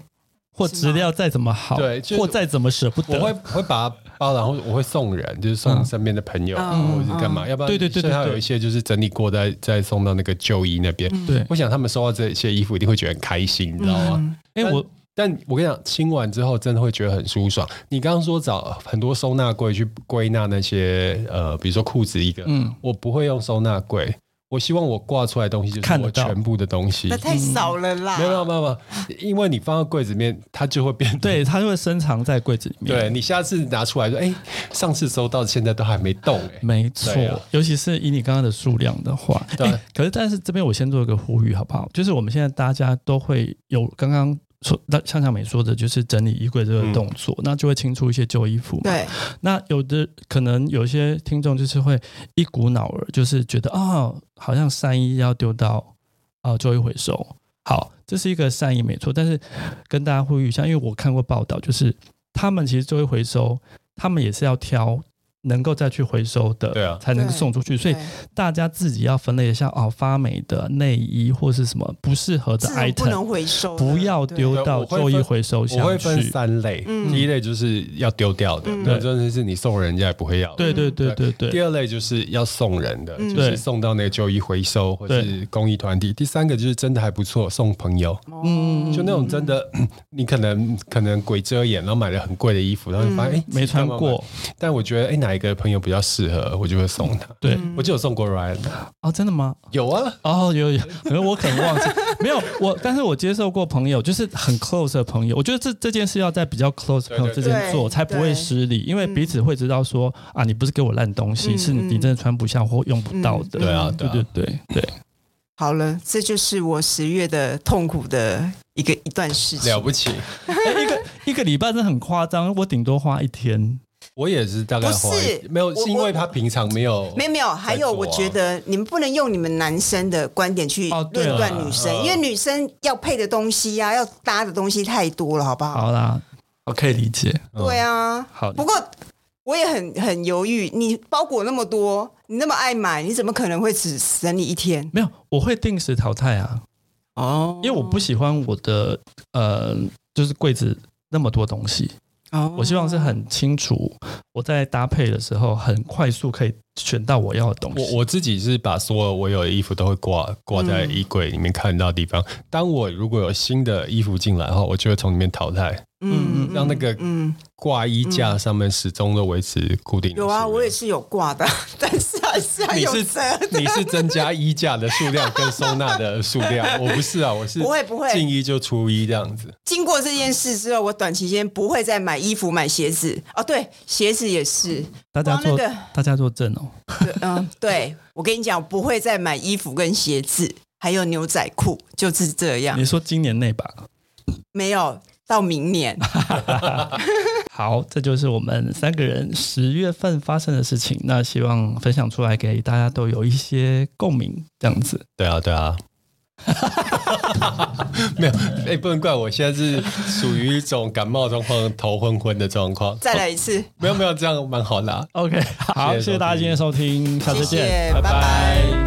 [SPEAKER 2] 或质量再怎么好，
[SPEAKER 1] 对就是
[SPEAKER 2] 或再怎么舍不
[SPEAKER 1] 我
[SPEAKER 2] 得，
[SPEAKER 1] 会会把它包，然后我会送人，就是送
[SPEAKER 2] 嗯
[SPEAKER 1] 身边的朋友，
[SPEAKER 3] 嗯
[SPEAKER 1] 或者是干嘛，要不然
[SPEAKER 2] 对对对对
[SPEAKER 1] 剩下
[SPEAKER 2] 对
[SPEAKER 1] 有一些就是整理过再再送到那个旧衣那边。
[SPEAKER 2] 对。
[SPEAKER 3] 嗯
[SPEAKER 1] 我想他们收到这些衣服一定会觉得很开心，你知道吗？
[SPEAKER 2] 哎、
[SPEAKER 1] 但
[SPEAKER 2] 我
[SPEAKER 1] 但我跟你讲，清完之后真的会觉得很舒爽。你刚刚说找很多收纳柜去归纳那些呃，比如说裤子一个，
[SPEAKER 2] 嗯，
[SPEAKER 1] 我不会用收纳柜，我希望我挂出来的东西就是
[SPEAKER 2] 看
[SPEAKER 1] 我
[SPEAKER 2] 得到啊
[SPEAKER 1] 全部的东西
[SPEAKER 3] 那。太少了啦。
[SPEAKER 1] 没有没有没有没有，因为你放到柜子里面，它就会变。
[SPEAKER 2] 对，它就会深藏在柜子里面。
[SPEAKER 1] 对你下次拿出来说，哎，上次收到，现在都还没动哎、
[SPEAKER 2] 没错
[SPEAKER 1] 对啊，
[SPEAKER 2] 尤其是以你刚刚的数量的话，
[SPEAKER 1] 对
[SPEAKER 2] 诶可是但是这边我先做一个呼吁好不好？就是我们现在大家都会有刚刚说，那向向美说的，就是整理衣柜这
[SPEAKER 1] 嗯
[SPEAKER 2] 个动作，那就会清出一些旧衣服嘛。
[SPEAKER 3] 对，
[SPEAKER 1] 啊
[SPEAKER 2] 那有的可能有些听众就是会一股脑儿，就是觉得哦，好像善意要丢到啊旧衣回收。好，这是一个善意没错，但是跟大家呼吁一下，因为我看过报道，就是他们其实旧衣回收，他们也是要挑能够再去回收的，
[SPEAKER 1] 对啊
[SPEAKER 2] 才能
[SPEAKER 3] 对
[SPEAKER 2] 送出去。所以
[SPEAKER 3] 对
[SPEAKER 2] 大家自己要分类一下哦，发霉的内衣或是什么不适合的
[SPEAKER 3] 这种
[SPEAKER 2] item，
[SPEAKER 3] 不能回收，
[SPEAKER 2] 不要
[SPEAKER 3] 对
[SPEAKER 2] 丢
[SPEAKER 1] 对
[SPEAKER 2] 到
[SPEAKER 1] 我会
[SPEAKER 2] 旧衣
[SPEAKER 1] 分
[SPEAKER 2] 回收箱去。
[SPEAKER 1] 我会分三类，
[SPEAKER 3] 嗯
[SPEAKER 1] 第一类就是要丢掉的，
[SPEAKER 3] 嗯
[SPEAKER 1] 那真的是你送人家也不会要的。
[SPEAKER 2] 对对
[SPEAKER 1] 嗯
[SPEAKER 2] 对
[SPEAKER 1] 对
[SPEAKER 2] 对对
[SPEAKER 1] 第二类就是要送人的，
[SPEAKER 3] 嗯
[SPEAKER 1] 就是
[SPEAKER 2] 对
[SPEAKER 1] 送到那个旧衣回收或
[SPEAKER 2] 对
[SPEAKER 1] 是公益团体。第三个就是真的还不错，送朋友，
[SPEAKER 3] 哦
[SPEAKER 2] 嗯
[SPEAKER 1] 就那种真的， (clears throat) 你可能可能鬼遮眼，然后买了很贵的衣服，然后你发
[SPEAKER 3] 嗯
[SPEAKER 1] 现哎、
[SPEAKER 2] 没穿
[SPEAKER 1] 自己干嘛
[SPEAKER 2] 过
[SPEAKER 1] 买，但我觉得哎、哪一个朋友比较适合，我就会送他。
[SPEAKER 2] 对
[SPEAKER 1] 我就有送过 Ryan，
[SPEAKER 2] 哦，真的吗？
[SPEAKER 1] 有啊，
[SPEAKER 2] 哦，有有，可能我可能
[SPEAKER 3] (laughs)
[SPEAKER 2] 忘记，没有我，但是我接受过朋友，就是很 close 的朋友，我觉得这这件事要在比较 close 的朋友之
[SPEAKER 3] 对对
[SPEAKER 2] 间
[SPEAKER 3] 对
[SPEAKER 2] 做，才不会失礼，因为彼此会知道说啊，你不是给我烂东西，
[SPEAKER 3] 嗯
[SPEAKER 2] 是你
[SPEAKER 3] 嗯
[SPEAKER 2] 真的穿不下或用不到的，
[SPEAKER 3] 嗯
[SPEAKER 1] 对啊，
[SPEAKER 2] 对
[SPEAKER 1] 对啊
[SPEAKER 2] 对对对，
[SPEAKER 3] 好了，这就是我十月的痛苦的一个一段事
[SPEAKER 1] 了
[SPEAKER 3] 情。
[SPEAKER 1] 不起，
[SPEAKER 2] 哎，一
[SPEAKER 3] (laughs)
[SPEAKER 2] 个一个礼拜真的很夸张，我顶多花一天，
[SPEAKER 1] 我也是大概
[SPEAKER 3] 不是
[SPEAKER 1] 花一没有，
[SPEAKER 3] 我
[SPEAKER 1] 是因为他平常没有
[SPEAKER 3] 没有没有，还有
[SPEAKER 1] 哦在做
[SPEAKER 3] 我
[SPEAKER 1] 啊
[SPEAKER 3] 觉得你们不能用你们男生的观点去
[SPEAKER 2] 哦对
[SPEAKER 3] 论
[SPEAKER 2] 啊
[SPEAKER 3] 断女生，
[SPEAKER 1] 嗯
[SPEAKER 3] 因为女生要配的东西呀、要搭的东西太多了，好不好？
[SPEAKER 2] 好啦，我可以理解，
[SPEAKER 1] 嗯
[SPEAKER 3] 对啊，
[SPEAKER 2] 好，
[SPEAKER 3] 不过我也很很犹豫，你包裹那么多，你那么爱买，你怎么可能会只整理一天？
[SPEAKER 2] 没有，我会定时淘汰啊，
[SPEAKER 3] 哦
[SPEAKER 2] 因为我不喜欢我的呃，就是柜子那么多东西。
[SPEAKER 3] 哦
[SPEAKER 2] 我希望是很清楚，我在搭配的时候很快速可以选到我要的东西。
[SPEAKER 1] 我我自己是把所有我有的衣服都会挂挂在衣柜里面看得到的地方。当我如果有新的衣服进来的话，我就会从里面淘汰。
[SPEAKER 2] 嗯
[SPEAKER 1] 让那个
[SPEAKER 3] 嗯
[SPEAKER 1] 挂衣架上面始终都维持固定的数
[SPEAKER 3] 有
[SPEAKER 1] 量。
[SPEAKER 3] 啊，我也是有挂的， (laughs) 但是还是要
[SPEAKER 1] 你
[SPEAKER 3] 有
[SPEAKER 1] 是
[SPEAKER 3] 折。
[SPEAKER 1] 你是增加衣架的数量跟收纳的数量，
[SPEAKER 3] (laughs)
[SPEAKER 1] 我不是啊，我是
[SPEAKER 3] 不会不会
[SPEAKER 1] 进衣就出衣这样子。
[SPEAKER 3] 经过这件事之后，我短期间不会再买衣服、买鞋子。哦，对，鞋子也是。
[SPEAKER 2] 大家
[SPEAKER 3] 光那
[SPEAKER 2] 做、
[SPEAKER 3] 个
[SPEAKER 2] 大家做正哦，
[SPEAKER 3] 对嗯，对，我跟你讲，我不会再买衣服跟鞋子，还有牛仔裤，就是这样
[SPEAKER 2] 你。说今年内吧。
[SPEAKER 3] 没有到明年，
[SPEAKER 2] 好，这就是我们三个人十月份发生的事情。那希望分享出来给大家都有一些共鸣，这样子。
[SPEAKER 1] 对啊，对啊。 (laughs) 没有，哎、不能怪我，现在是属于一种感冒状况、头昏昏的状况。
[SPEAKER 3] 再来一次，
[SPEAKER 1] 没有没有，这样蛮好的啊、
[SPEAKER 2] OK，好，
[SPEAKER 1] 谢谢
[SPEAKER 2] (laughs) 谢谢大家今天的收听，下次
[SPEAKER 3] 谢
[SPEAKER 2] 见，
[SPEAKER 3] 谢，
[SPEAKER 2] 拜
[SPEAKER 3] 拜拜